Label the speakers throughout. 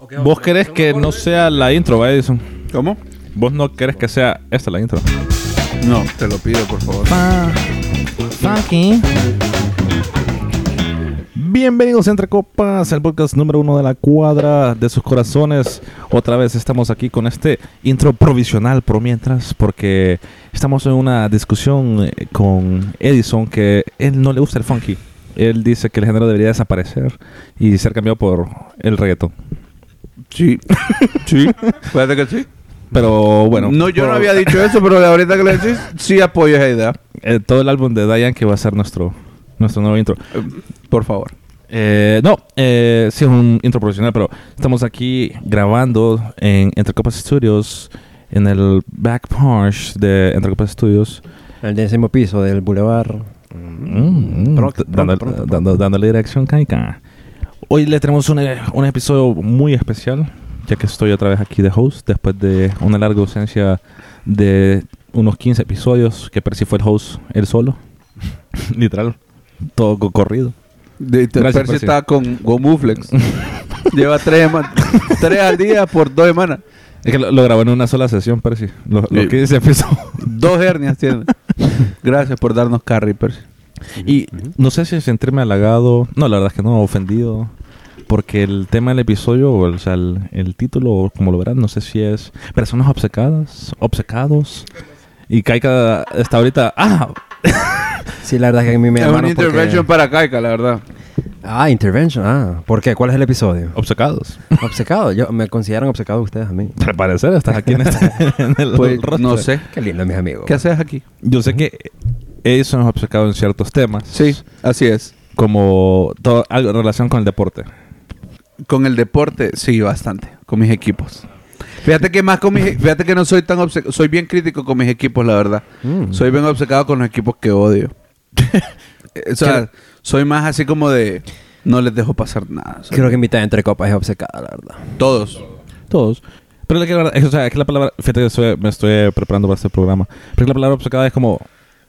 Speaker 1: Okay, Vos querés que no sea la intro, va Edison.
Speaker 2: ¿Cómo?
Speaker 1: Vos no querés que sea esta la intro.
Speaker 2: No, te lo pido, por favor.
Speaker 1: Funky. Bienvenidos a Entre Copas, el podcast número uno de la cuadra de sus corazones. Otra vez estamos aquí con este intro provisional por mientras, porque estamos en una discusión eh, con Edison que él no le gusta el funky. Él dice que el género debería desaparecer y ser cambiado por el reggaetón.
Speaker 2: Sí. sí. Fíjate que sí.
Speaker 1: Pero bueno,
Speaker 2: no, yo
Speaker 1: por-
Speaker 2: no había dicho eso, pero ahorita que lo decís, sí apoyo esa idea.
Speaker 1: eh, todo el álbum de Diane que va a ser nuestro, nuestro nuevo intro.
Speaker 2: Por favor.
Speaker 1: Eh, no, eh, sí es un intro profesional, pero estamos aquí grabando en Entre Copas Studios, en el back porch de Entre Copas Studios.
Speaker 3: El décimo piso del Boulevard.
Speaker 1: Mm, mm,
Speaker 3: Pronto,
Speaker 1: dando-
Speaker 3: pronto, pronto,
Speaker 1: dando- Dándole dirección caica. Hoy le tenemos un, eh, un episodio muy especial, ya que estoy otra vez aquí de host, después de una larga ausencia de unos 15 episodios, que Percy fue el host él solo, literal, todo co- corrido.
Speaker 2: De, te-
Speaker 1: Gracias,
Speaker 2: Percy
Speaker 1: Percy.
Speaker 2: está con Gomuflex. Lleva tres, sema- tres al día por dos semanas.
Speaker 1: Es que lo, lo grabó en una sola sesión, Percy. Lo, lo
Speaker 2: Sí.
Speaker 1: que se empezó.
Speaker 2: Dos hernias tiene. Gracias por darnos carry, Percy.
Speaker 1: Y no sé si sentirme halagado. No, la verdad es que no, ofendido. Porque el tema del episodio, o, el- o sea, el, el título, o como lo verán, no sé si es personas obcecadas, obcecados. Y Kaika está ahorita. ¡Ah!
Speaker 3: Sí, la verdad es que a mí me
Speaker 2: es una
Speaker 3: llamaron
Speaker 2: intervention para Caica, la verdad.
Speaker 3: porque... Ah, intervention. Ah, ¿por qué? ¿Cuál es el episodio?
Speaker 1: Obcecados.
Speaker 3: Obsecado. Yo, me consideran obsecado ustedes a mí.
Speaker 1: Al parecer, estás aquí en, este- en el
Speaker 2: Pues,
Speaker 1: roster.
Speaker 2: no sé.
Speaker 3: Qué lindo, mis amigos.
Speaker 2: ¿Qué haces aquí?
Speaker 1: Yo sé que ellos son obcecados en ciertos temas.
Speaker 2: Sí, así es.
Speaker 1: Como todo, algo en relación con el deporte.
Speaker 2: Con el deporte, sí, bastante. Con mis equipos. Fíjate que más con mis... e-, Fíjate que no soy tan... obce- Soy bien crítico con mis equipos, la verdad.
Speaker 3: Mm.
Speaker 2: Soy bien obcecado con los equipos que odio. Eh, o sea, soy más así como de... No les dejo pasar nada. Soy-
Speaker 3: Creo que mitad entre copas es obsecada, la verdad.
Speaker 2: Todos.
Speaker 1: Todos. Pero la que, verdad- es, o sea, es que la palabra, fíjate que estoy- me estoy preparando para este programa. Pero es que la palabra obcecada es como,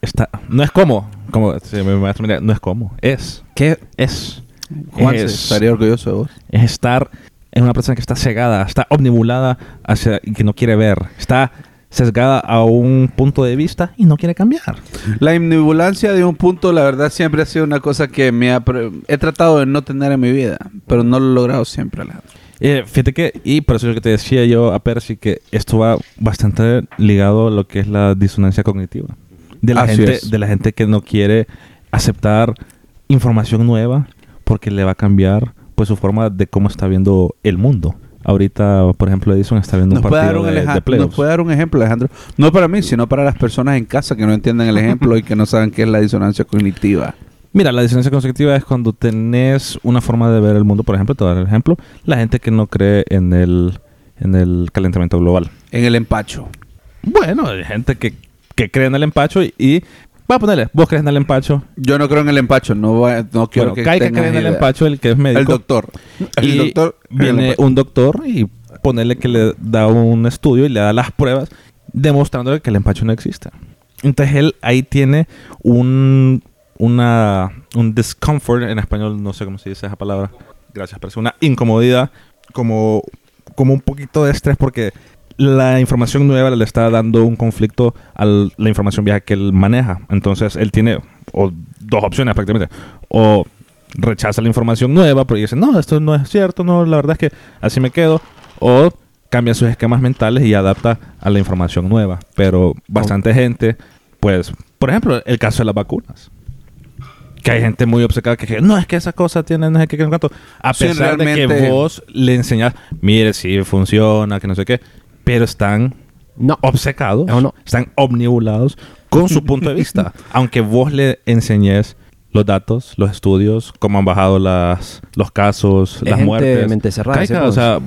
Speaker 1: está, no es como, como, si mi maestro me diría, no es como, es,
Speaker 3: ¿Qué?
Speaker 1: es.
Speaker 2: Juan,
Speaker 1: es,
Speaker 2: estaría orgulloso de vos.
Speaker 1: es estar en una persona que está cegada, está omnibulada hacia, y que no quiere ver, está sesgada a un punto de vista y no quiere cambiar.
Speaker 2: La omnibulancia de un punto, la verdad, siempre ha sido una cosa que me ha pre- he tratado de no tener en mi vida, pero no lo he logrado siempre, Alejandro.
Speaker 1: Eh, fíjate que, y por eso es lo que te decía yo a Percy, que esto va bastante ligado a lo que es la disonancia cognitiva. De la,
Speaker 2: Así
Speaker 1: gente,
Speaker 2: es.
Speaker 1: de la gente que no quiere aceptar información nueva porque le va a cambiar pues su forma de cómo está viendo el mundo. Ahorita, por ejemplo, Edison está viendo
Speaker 2: ¿Nos
Speaker 1: un
Speaker 2: puede, dar
Speaker 1: partido
Speaker 2: un
Speaker 1: de,
Speaker 2: aleja-
Speaker 1: de playoffs.
Speaker 2: nos puede dar un ejemplo, Alejandro? No para mí, sino para las personas en casa que no entienden el ejemplo y que no saben qué es la disonancia cognitiva.
Speaker 1: Mira, la disonancia consecutiva es cuando tenés una forma de ver el mundo, por ejemplo, te voy a dar el ejemplo, la gente que no cree en el, en el calentamiento global.
Speaker 2: En el empacho.
Speaker 1: Bueno, hay gente que, que cree en el empacho y, y- Va a ponerle, vos crees en el empacho.
Speaker 2: Yo no creo en el empacho, no, va- no quiero
Speaker 1: Bueno,
Speaker 2: que
Speaker 1: Kaika
Speaker 2: tengas
Speaker 1: cree en el
Speaker 2: idea.
Speaker 1: empacho, el que es médico.
Speaker 2: El doctor. El
Speaker 1: y
Speaker 2: doctor cree en el
Speaker 1: Viene
Speaker 2: empacho.
Speaker 1: un doctor y ponerle que le da un estudio y le da las pruebas demostrándole que el empacho no existe. Entonces él ahí tiene un, una, un discomfort, en español no sé cómo se dice esa palabra. Gracias, pero es una incomodidad, como, como un poquito de estrés porque la información nueva le está dando un conflicto a la información vieja que él maneja. Entonces él tiene o dos opciones prácticamente. O rechaza la información nueva porque dice, no, esto no es cierto, no, la verdad es que así me quedo. O cambia sus esquemas mentales y adapta a la información nueva. Pero bastante gente, pues, por ejemplo, el caso de las vacunas. Que hay gente muy obcecada que dice, no, es que esa cosa tiene, no sé qué, que no sé cuánto". A
Speaker 2: Sí,
Speaker 1: pesar de que
Speaker 2: realmente-
Speaker 1: vos le enseñás, mire, sí, funciona, que no sé qué. Pero están
Speaker 3: No.
Speaker 1: obcecados,
Speaker 3: No, no.
Speaker 1: están omnibulados con su punto de vista. Aunque vos le enseñes los datos, los estudios, cómo han bajado las, los casos, las
Speaker 3: gente
Speaker 1: muertes.
Speaker 3: mente cerrada,
Speaker 1: Caica,
Speaker 3: ¿sí,
Speaker 1: o sea,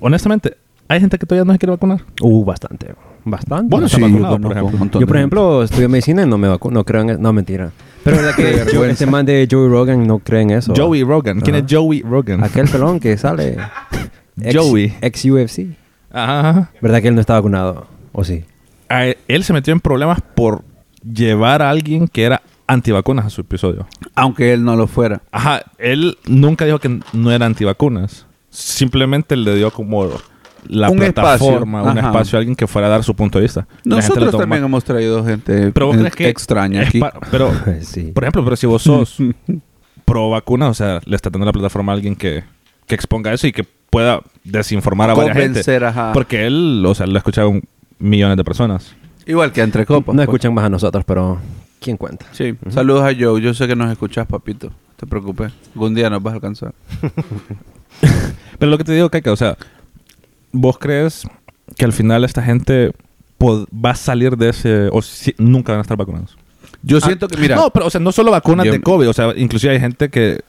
Speaker 1: honestamente, hay gente que todavía no se quiere vacunar.
Speaker 3: Uh, bastante. Bastante.
Speaker 1: Bueno,
Speaker 2: Sí,
Speaker 1: está
Speaker 2: yo
Speaker 1: vacunado, por
Speaker 2: conozco un
Speaker 1: ejemplo.
Speaker 2: montón
Speaker 3: yo, por
Speaker 2: de gente.
Speaker 3: ejemplo, estudio medicina y no me vacuno. No creo en eso. No, mentira. Pero la que yo- este man de Joey Rogan no cree en eso.
Speaker 1: Joey Rogan. ¿Quién
Speaker 3: Ajá.
Speaker 1: es Joey Rogan?
Speaker 3: Aquel pelón que sale. Ex-
Speaker 1: Joey.
Speaker 3: Ex UFC.
Speaker 1: Ajá.
Speaker 3: ¿Verdad que él no está vacunado? ¿O sí?
Speaker 1: A él- Él se metió en problemas por llevar a alguien que era antivacunas a su episodio.
Speaker 2: Aunque él no lo fuera.
Speaker 1: Ajá, él nunca dijo que no era antivacunas. Simplemente le dio como la
Speaker 2: Un
Speaker 1: plataforma,
Speaker 2: espacio.
Speaker 1: un
Speaker 2: Ajá.
Speaker 1: espacio a alguien que fuera a dar su punto de vista. Y la gente lo
Speaker 2: Nosotros
Speaker 1: tomó
Speaker 2: también
Speaker 1: mal.
Speaker 2: hemos traído gente
Speaker 1: Pero vos
Speaker 2: eh,
Speaker 1: crees que
Speaker 2: extraña
Speaker 1: es
Speaker 2: aquí.
Speaker 1: pa- Pero,
Speaker 3: sí.
Speaker 1: por ejemplo, pero si vos sos pro vacuna, o sea, le está dando la plataforma a alguien que, que exponga eso y que pueda desinformar a varias gente.
Speaker 2: Convencer, ajá.
Speaker 1: Porque él, o sea, lo ha escuchado un- millones de personas.
Speaker 2: Igual que entre copas.
Speaker 3: No
Speaker 2: pues.
Speaker 3: escuchan más a nosotros, pero ¿quién cuenta?
Speaker 2: Sí. Saludos a Joe. Yo sé que nos escuchas, papito. No te preocupes. Algún día nos vas a alcanzar.
Speaker 1: Pero lo que te digo, Kaka, o sea, ¿vos crees que al final esta gente pod- va a salir de ese... o si- nunca van a estar vacunados?
Speaker 2: Yo siento que, mira.
Speaker 1: Ah, No, pero, o sea, no solo vacunas
Speaker 2: Yo-
Speaker 1: de COVID. O sea, inclusive hay gente que...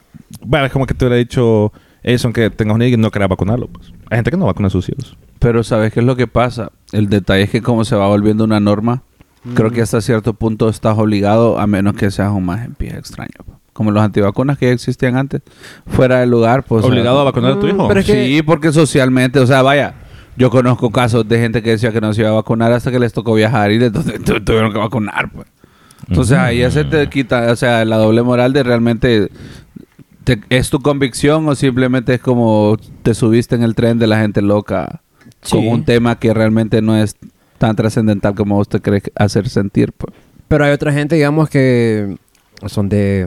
Speaker 1: Bueno, es como que te hubiera dicho... Edison, que tengas un hijo y no querés vacunarlo. Pues. Hay gente que no vacuna a sus hijos.
Speaker 2: Pero ¿sabes qué es lo que pasa? El detalle es que como se va volviendo una norma, creo que hasta cierto punto estás obligado, a menos que seas un más en pie extraño. po. Como los antivacunas que ya existían antes, fuera del lugar, pues...
Speaker 1: ¿Obligado a vacunar a tu
Speaker 3: mm,
Speaker 1: hijo?
Speaker 3: pero es que-
Speaker 2: Sí, porque socialmente, o sea, vaya, yo conozco casos de gente que decía que no se iba a vacunar hasta que les tocó viajar y entonces tu- tuvieron que vacunar, pues. Entonces ahí ya se te quita, o sea, la doble moral de realmente... te- ¿Es tu convicción o simplemente es como te subiste en el tren de la gente loca?
Speaker 3: Sí.
Speaker 2: con un tema que realmente no es tan trascendental como usted cree que- hacer sentir. pues.
Speaker 3: Pero hay otra gente, digamos, que son de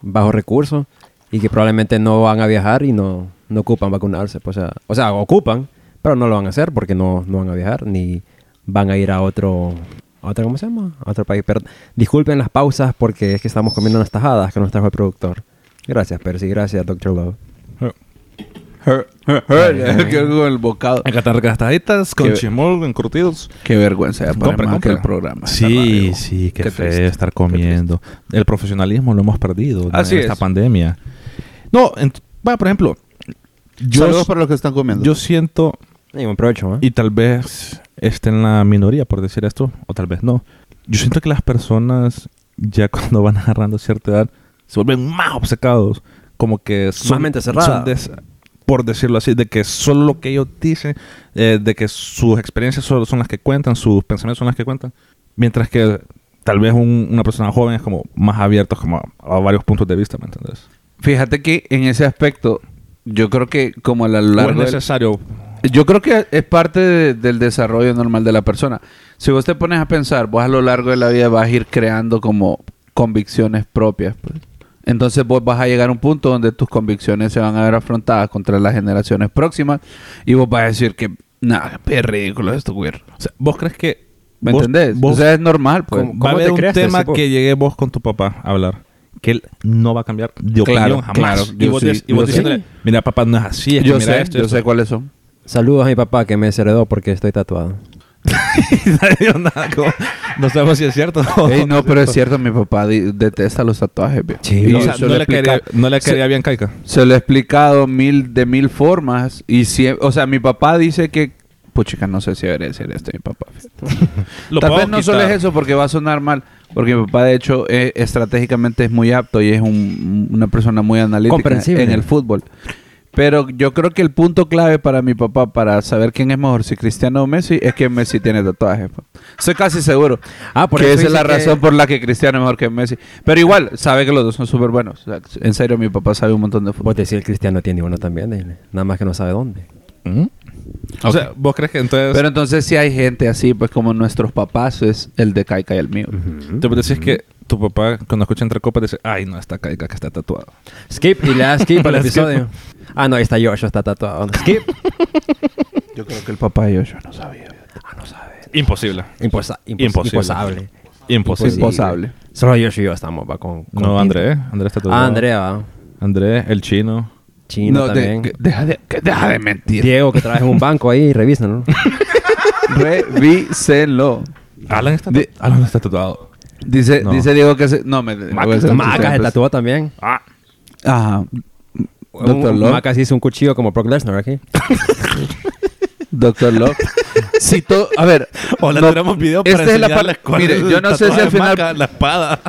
Speaker 3: bajos recursos y que probablemente no van a viajar y no, no ocupan vacunarse. Pues, o, sea, o sea, ocupan, pero no lo van a hacer porque no, no van a viajar ni van a ir a otro... a otra, ¿Cómo se llama? A otro país. Pero disculpen las pausas porque es que estamos comiendo unas tajadas que nos trajo el productor. Gracias, Percy. Gracias, Dr. Love.
Speaker 2: Que con el bocado.
Speaker 1: En Catarcastaditas, con
Speaker 2: Qué-
Speaker 1: chimol, encurtidos.
Speaker 2: Qué vergüenza ya para
Speaker 1: Compra,
Speaker 2: más
Speaker 1: compra.
Speaker 2: que el programa.
Speaker 1: Sí,
Speaker 2: Está
Speaker 1: sí, qué,
Speaker 2: Qué
Speaker 1: feo
Speaker 2: triste,
Speaker 1: estar comiendo. El profesionalismo lo hemos perdido
Speaker 2: Así
Speaker 1: en esta
Speaker 2: es.
Speaker 1: pandemia. No, ent- va, por ejemplo,
Speaker 2: barrio.
Speaker 1: yo,
Speaker 2: Saludos para los que están comiendo.
Speaker 1: yo siento,
Speaker 3: Y buen provecho, ¿eh?
Speaker 1: y tal vez esté en la minoría por decir esto, o tal vez no, yo siento que las personas ya cuando van agarrando cierta edad se vuelven más obcecados, como que son,
Speaker 3: mente cerrada.
Speaker 1: son de esa- por decirlo así, de que solo lo que ellos dicen, eh, de que sus experiencias solo son las que cuentan, sus pensamientos son las que cuentan. Mientras que tal vez un- una persona joven es como más abierto como a, a varios puntos de vista, ¿me entendés?
Speaker 2: Fíjate que en ese aspecto, yo creo que como a lo
Speaker 1: O es
Speaker 2: largo del-
Speaker 1: necesario.
Speaker 2: Yo creo que es parte de- del desarrollo normal de la persona. Si vos te pones a pensar, vos a lo largo de la vida vas a ir creando como convicciones propias. pues. Entonces vos vas a llegar a un punto donde tus convicciones se van a ver afrontadas contra las generaciones próximas y vos vas a decir que, nada, es ridículo esto, güey.
Speaker 1: O sea, ¿Vos crees que...
Speaker 2: ¿Me
Speaker 1: vos-
Speaker 2: entendés?
Speaker 1: vos-
Speaker 2: o sea, es normal, pues.
Speaker 3: ¿Cómo-
Speaker 1: va a
Speaker 3: te
Speaker 1: haber un
Speaker 3: creaste
Speaker 1: tema
Speaker 3: ese po-
Speaker 1: que llegue vos con tu papá a hablar. Que él no va a cambiar de
Speaker 2: Claro,
Speaker 1: opinión jamás.
Speaker 2: claro,
Speaker 1: y
Speaker 2: yo
Speaker 1: vos,
Speaker 2: sí,
Speaker 1: des- y vos
Speaker 2: yo sé.
Speaker 1: diciéndole, mira papá, no es así, es que
Speaker 2: yo
Speaker 1: mira
Speaker 2: sé,
Speaker 1: esto.
Speaker 2: yo sé cuáles son.
Speaker 3: Saludos a mi papá que me desheredó porque estoy tatuado.
Speaker 1: Y nadie dijo nada, como, no sabemos si es cierto.
Speaker 2: Ey, no, pero es cierto, mi papá di- detesta los tatuajes. viejo.
Speaker 3: Sí,
Speaker 2: Y
Speaker 1: O sea,
Speaker 2: se
Speaker 1: no,
Speaker 2: lo
Speaker 1: le
Speaker 2: explica-
Speaker 1: caería, no le
Speaker 2: se-
Speaker 1: caería bien Caica.
Speaker 2: Se lo he explicado mil de mil formas y siempre, o sea, mi papá dice que puchica, no sé si debería decir esto mi papá. Tal vez no solo es eso porque va a sonar mal, porque mi papá de hecho eh, estratégicamente es muy apto y es un- una persona muy analítica
Speaker 3: Comprensible.
Speaker 2: en el fútbol. Pero yo creo que el punto clave para mi papá para saber quién es mejor, si Cristiano o Messi, es que Messi tiene tatuajes. pa. Estoy casi seguro.
Speaker 3: Ah, por
Speaker 2: que
Speaker 3: eso
Speaker 2: esa es la
Speaker 3: dice que-
Speaker 2: razón por la que Cristiano es mejor que Messi. Pero igual, sabe que los dos son súper buenos. O sea, en serio, mi papá sabe un montón de fútbol.
Speaker 3: Vos decís, el cristiano tiene uno también, dile. nada más que no sabe dónde.
Speaker 1: O sea, ¿vos crees que entonces...
Speaker 2: ¿Mm? Pero entonces si hay gente así, pues como nuestros papás, es el de Kaika y el mío.
Speaker 1: te decís que tu papá cuando escucha entre copas dice, ay, no, está Caica que está tatuado.
Speaker 3: Skip y le das skip al
Speaker 1: Le das skip.
Speaker 3: episodio. Ah, no, ahí está Joshua, está tatuado. Skip.
Speaker 2: Yo creo que el papá de Joshua no sabía.
Speaker 1: Imposible.
Speaker 3: Imposa- impos-
Speaker 1: Imposible.
Speaker 3: Imposable.
Speaker 1: Imposible.
Speaker 2: Imposable.
Speaker 3: Solo Joshua y yo estamos, va, con... con
Speaker 1: No,
Speaker 3: pinta.
Speaker 1: André. André está tatuado.
Speaker 3: Ah, André, va.
Speaker 1: André, el chino.
Speaker 3: Chino
Speaker 2: no, de-
Speaker 3: también.
Speaker 2: que- deja, de, que deja de mentir.
Speaker 3: Diego, que trabaja en un banco ahí, revísenlo.
Speaker 2: Revíselo.
Speaker 1: Alan está,
Speaker 2: De-
Speaker 1: tatuado. Alan está tatuado.
Speaker 2: Dice,
Speaker 1: No.
Speaker 2: dice Diego que se... No, me... voy a hacer
Speaker 3: Maca se
Speaker 2: chistes.
Speaker 3: tatuó también.
Speaker 1: Ah.
Speaker 2: Ajá. Doctor
Speaker 3: Un-
Speaker 2: Love.
Speaker 3: Maca se hizo un cuchillo como Brock Lesnar aquí.
Speaker 2: Doctor Love. Si to- A ver.
Speaker 1: Hola,
Speaker 2: no-
Speaker 1: tenemos video para
Speaker 2: esta es la
Speaker 1: enseñarles
Speaker 2: par-
Speaker 1: cuál
Speaker 2: Mire,
Speaker 1: es el
Speaker 2: yo no sé si
Speaker 1: tatuaje de
Speaker 2: al final...
Speaker 1: Maca, la espada.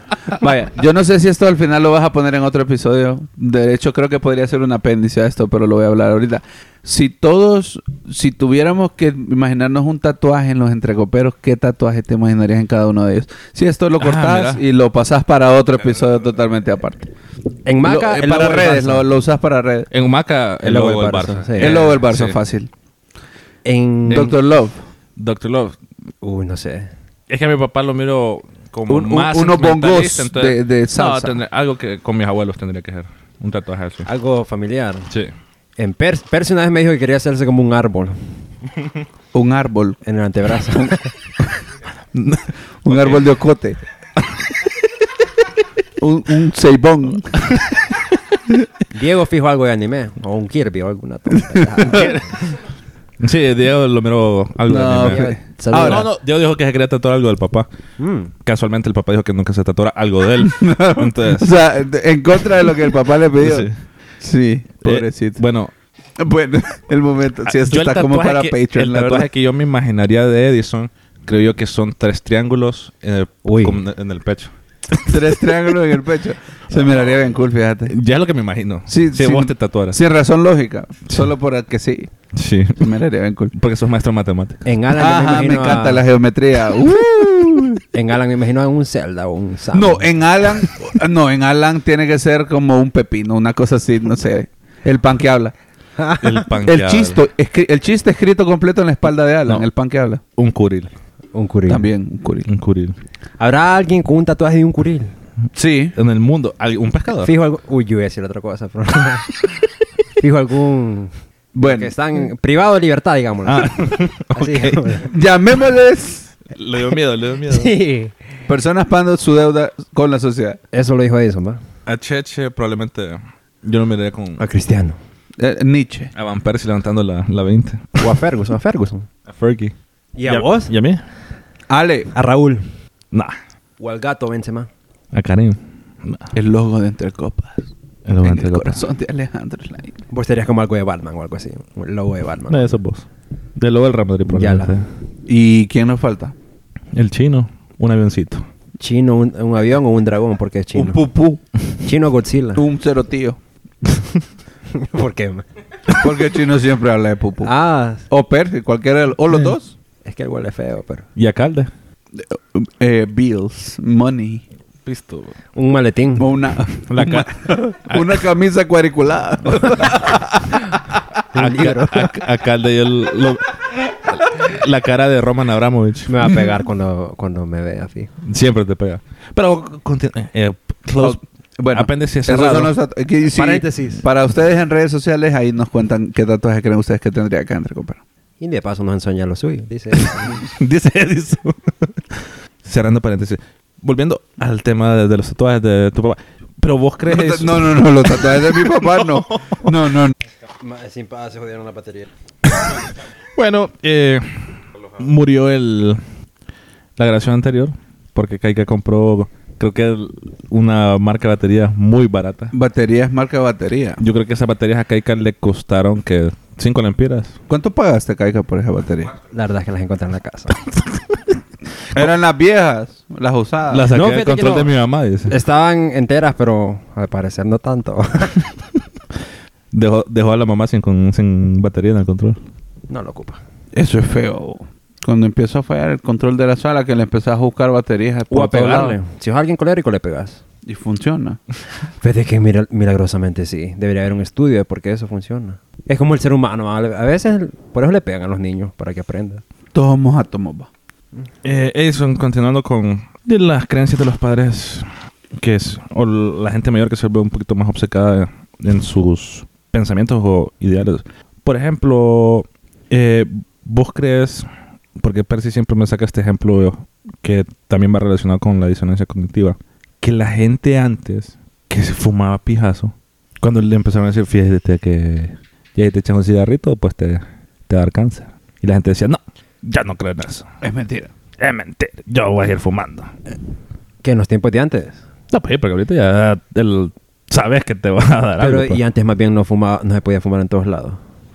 Speaker 2: Vaya, yo no sé si esto al final lo vas a poner en otro episodio. De hecho, creo que podría ser un apéndice a esto, pero lo voy a hablar ahorita. si todos, si tuviéramos que imaginarnos un tatuaje en los entrecoperos, ¿qué tatuaje te imaginarías en cada uno de ellos? Si esto lo
Speaker 1: Ah,
Speaker 2: cortás
Speaker 1: mira.
Speaker 2: y lo pasás para otro episodio totalmente aparte.
Speaker 3: En
Speaker 2: Lo-
Speaker 3: Maca,
Speaker 2: eh,
Speaker 3: el
Speaker 2: para
Speaker 3: logo del
Speaker 2: redes,
Speaker 3: Barça.
Speaker 2: lo, lo usás para redes.
Speaker 1: En Humaca, el, logo del Barça.
Speaker 3: sí.
Speaker 2: El logo del Barça,
Speaker 1: Sí.
Speaker 2: fácil.
Speaker 3: En...
Speaker 2: Doctor Love.
Speaker 1: Doctor Love.
Speaker 3: Uy, no sé.
Speaker 1: Es que a mi papá lo miro como
Speaker 2: Un- un-
Speaker 1: más
Speaker 2: unos
Speaker 1: sentimentalista,
Speaker 2: bongos de- de salsa. Ah.
Speaker 1: tendré- algo que con mis abuelos tendría que ser. Un tatuaje así.
Speaker 3: Algo familiar.
Speaker 1: Sí.
Speaker 3: En Pers, Percy una vez me dijo que quería hacerse como un árbol
Speaker 2: Un árbol.
Speaker 3: en el antebrazo.
Speaker 2: Un árbol de ocote. un, un ceibón.
Speaker 3: Diego fijo algo de anime. O un Kirby o alguna tonta.
Speaker 1: Sí, Diego lo miro algo
Speaker 2: No,
Speaker 1: de anime.
Speaker 2: fe-
Speaker 3: Saluda.
Speaker 1: Ahora, no, no, Diego dijo que se quería tatuar algo del papá.
Speaker 3: Mm.
Speaker 1: Casualmente el papá dijo que nunca se tatuara algo de él.
Speaker 2: o
Speaker 1: Entonces,
Speaker 2: sea, de- en contra de lo que el papá le pidió.
Speaker 1: Sí.
Speaker 2: Sí,
Speaker 1: eh,
Speaker 2: pobrecito.
Speaker 1: bueno,
Speaker 2: bueno, el momento. Sí,
Speaker 1: Ah,
Speaker 2: esto
Speaker 1: yo el
Speaker 2: está como
Speaker 1: tatuaje
Speaker 2: para
Speaker 1: que-
Speaker 2: Patreon.
Speaker 1: El
Speaker 2: la
Speaker 1: tatuaje
Speaker 2: verdad.
Speaker 1: que yo me imaginaría de Edison, creo yo que son tres triángulos en el,
Speaker 3: Uy.
Speaker 1: como en el pecho.
Speaker 2: Tres triángulos en el pecho. Se miraría bien cool, fíjate.
Speaker 1: Ya es lo que me imagino.
Speaker 2: Sí,
Speaker 1: si
Speaker 2: sí.
Speaker 1: vos te tatuaras.
Speaker 2: Sin razón lógica. Solo por el que sí.
Speaker 1: Sí.
Speaker 2: Se miraría bien cool.
Speaker 1: Porque sos maestro de matemáticas.
Speaker 3: En Alan yo
Speaker 2: Ajá, me
Speaker 3: Ah, imagino a-
Speaker 2: encanta la geometría. Uh.
Speaker 3: En Alan me imagino a un Zelda o un Sam.
Speaker 2: No, en Alan, no, en Alan tiene que ser como un pepino, una cosa así, no sé. El pan que habla.
Speaker 1: El pan que
Speaker 2: El
Speaker 1: habla.
Speaker 2: chiste, el chiste escrito completo en la espalda de Alan,
Speaker 1: No.
Speaker 2: el pan que habla.
Speaker 1: Un curil.
Speaker 3: Un curil.
Speaker 2: También, un curil.
Speaker 1: Un curil.
Speaker 3: ¿Habrá alguien con un tatuaje de un curil?
Speaker 2: Sí.
Speaker 1: En el mundo. al- Un pescador.
Speaker 3: Fijo algo... Uy, yo iba a decir otra cosa, pero... Fijo algún...
Speaker 2: Bueno,
Speaker 3: Que están privado de libertad, digámoslo.
Speaker 1: Ah,
Speaker 3: Así,
Speaker 1: ok.
Speaker 2: llamémosles
Speaker 1: Le dio miedo, le dio miedo.
Speaker 3: sí.
Speaker 2: personas pagando su deuda con la sociedad.
Speaker 3: Eso lo dijo Edison, ¿va?
Speaker 1: A Cheche probablemente yo lo miraría con
Speaker 3: A Cristiano.
Speaker 2: Eh, Nietzsche.
Speaker 1: a Van Persie levantando la, la 20.
Speaker 3: O a Ferguson, a Ferguson.
Speaker 1: A Fergie.
Speaker 3: ¿Y a vos?
Speaker 1: ¿Y a mí?
Speaker 2: Ale.
Speaker 3: A Raúl.
Speaker 1: Nah.
Speaker 3: O al gato Benzema.
Speaker 1: A Karim. Nah.
Speaker 2: El logo de Entre Copas.
Speaker 1: El logo de
Speaker 2: En
Speaker 1: Entre
Speaker 2: el
Speaker 1: Copas.
Speaker 2: corazón de Alejandro Slain.
Speaker 3: Vos serías como algo de Batman o algo así. Un logo de Batman.
Speaker 1: No, eso es vos. De luego el Real Madrid
Speaker 3: Ya la-
Speaker 1: probablemente.
Speaker 2: ¿Y quién nos falta?
Speaker 1: El chino. Un avioncito.
Speaker 3: Chino, un, un avión o un dragón, porque es chino.
Speaker 2: Un pupú.
Speaker 3: Chino Godzilla.
Speaker 2: Un cero tío.
Speaker 3: ¿Por qué?
Speaker 2: Porque el chino siempre habla de pupú.
Speaker 3: Ah,
Speaker 2: O Percy, cualquiera de los...
Speaker 1: Eh.
Speaker 2: O los dos.
Speaker 3: es que el huele feo, pero.
Speaker 1: Y a Calde.
Speaker 2: Eh, bills, money.
Speaker 1: Listo.
Speaker 3: Un maletín.
Speaker 2: O una...
Speaker 1: La ca-
Speaker 2: una camisa cuadriculada.
Speaker 1: a, Ca- a- a Calde yo lo- La cara de Roman Abramovich.
Speaker 3: Me va a pegar cuando, cuando me vea, fijo.
Speaker 1: Siempre te pega. Pero conti- eh, eh, close.
Speaker 2: bueno,
Speaker 1: apéndice
Speaker 2: esos
Speaker 1: cerrado.
Speaker 2: son los datos- que- sí,
Speaker 3: Paréntesis.
Speaker 2: Para ustedes en redes sociales, ahí nos cuentan qué tatuajes creen ustedes que tendría que André comprar.
Speaker 3: Y de paso nos enseña lo suyo, dice.
Speaker 1: Dice Edison. Cerrando paréntesis. Volviendo al tema de, de los tatuajes de tu papá. Pero vos crees.
Speaker 2: No, No, no, no, los tatuajes de mi papá no. No, no, no.
Speaker 3: Sin paz se jodieron la batería.
Speaker 1: Bueno, eh, murió el la grabación anterior porque Kaika compró, creo que el- una marca de baterías muy barata.
Speaker 2: Baterías, marca batería.
Speaker 1: Yo creo que esas baterías a Kaika le costaron que 5 lempiras.
Speaker 2: ¿Cuánto pagaste, Caica, por esa batería?
Speaker 3: La verdad es que las encontré en la casa.
Speaker 2: Eran las viejas, las usadas.
Speaker 1: La saqué
Speaker 3: Ah. No,
Speaker 1: del
Speaker 3: fíjate que
Speaker 1: control de
Speaker 3: no.
Speaker 1: mi mamá, dice.
Speaker 3: Estaban enteras, pero al parecer no tanto.
Speaker 1: Dejó, dejó a la mamá sin, con- sin batería en el control.
Speaker 3: no lo ocupa.
Speaker 2: Eso es feo. Cuando empiezo a fallar el control de la sala, que le empezás a buscar
Speaker 3: O
Speaker 2: baterías. por
Speaker 3: a
Speaker 2: todos
Speaker 3: pegarle.
Speaker 2: lados.
Speaker 3: Si es alguien colérico, le pegas.
Speaker 2: Y funciona.
Speaker 3: Fíjate que mira- milagrosamente sí. Debería haber un estudio de por qué eso funciona. Es como el ser humano. A a veces, por eso le pegan a los niños, para que aprendan.
Speaker 2: Todos somos átomos, va.
Speaker 1: Eh, Edison, continuando con de las creencias de los padres, que es, o l- la gente mayor que se ve un poquito más obcecada en sus pensamientos o ideales. Por ejemplo, eh, vos crees, porque Percy siempre me saca este ejemplo que también va relacionado con la disonancia cognitiva, que la gente antes que se fumaba pijazo, cuando le empezaron a decir, fíjate que ya te echas un cigarrito, pues te, te va a dar cáncer. Y la gente decía, no, ya no creo en eso.
Speaker 2: Es mentira.
Speaker 1: Es mentira. Yo voy a ir fumando.
Speaker 3: Que en los tiempos de antes.
Speaker 1: No, pues, porque ahorita ya el- sabes que te va a dar
Speaker 3: Pero,
Speaker 1: algo. pues.
Speaker 3: y antes más bien no fumaba, no se podía fumar en todos lados.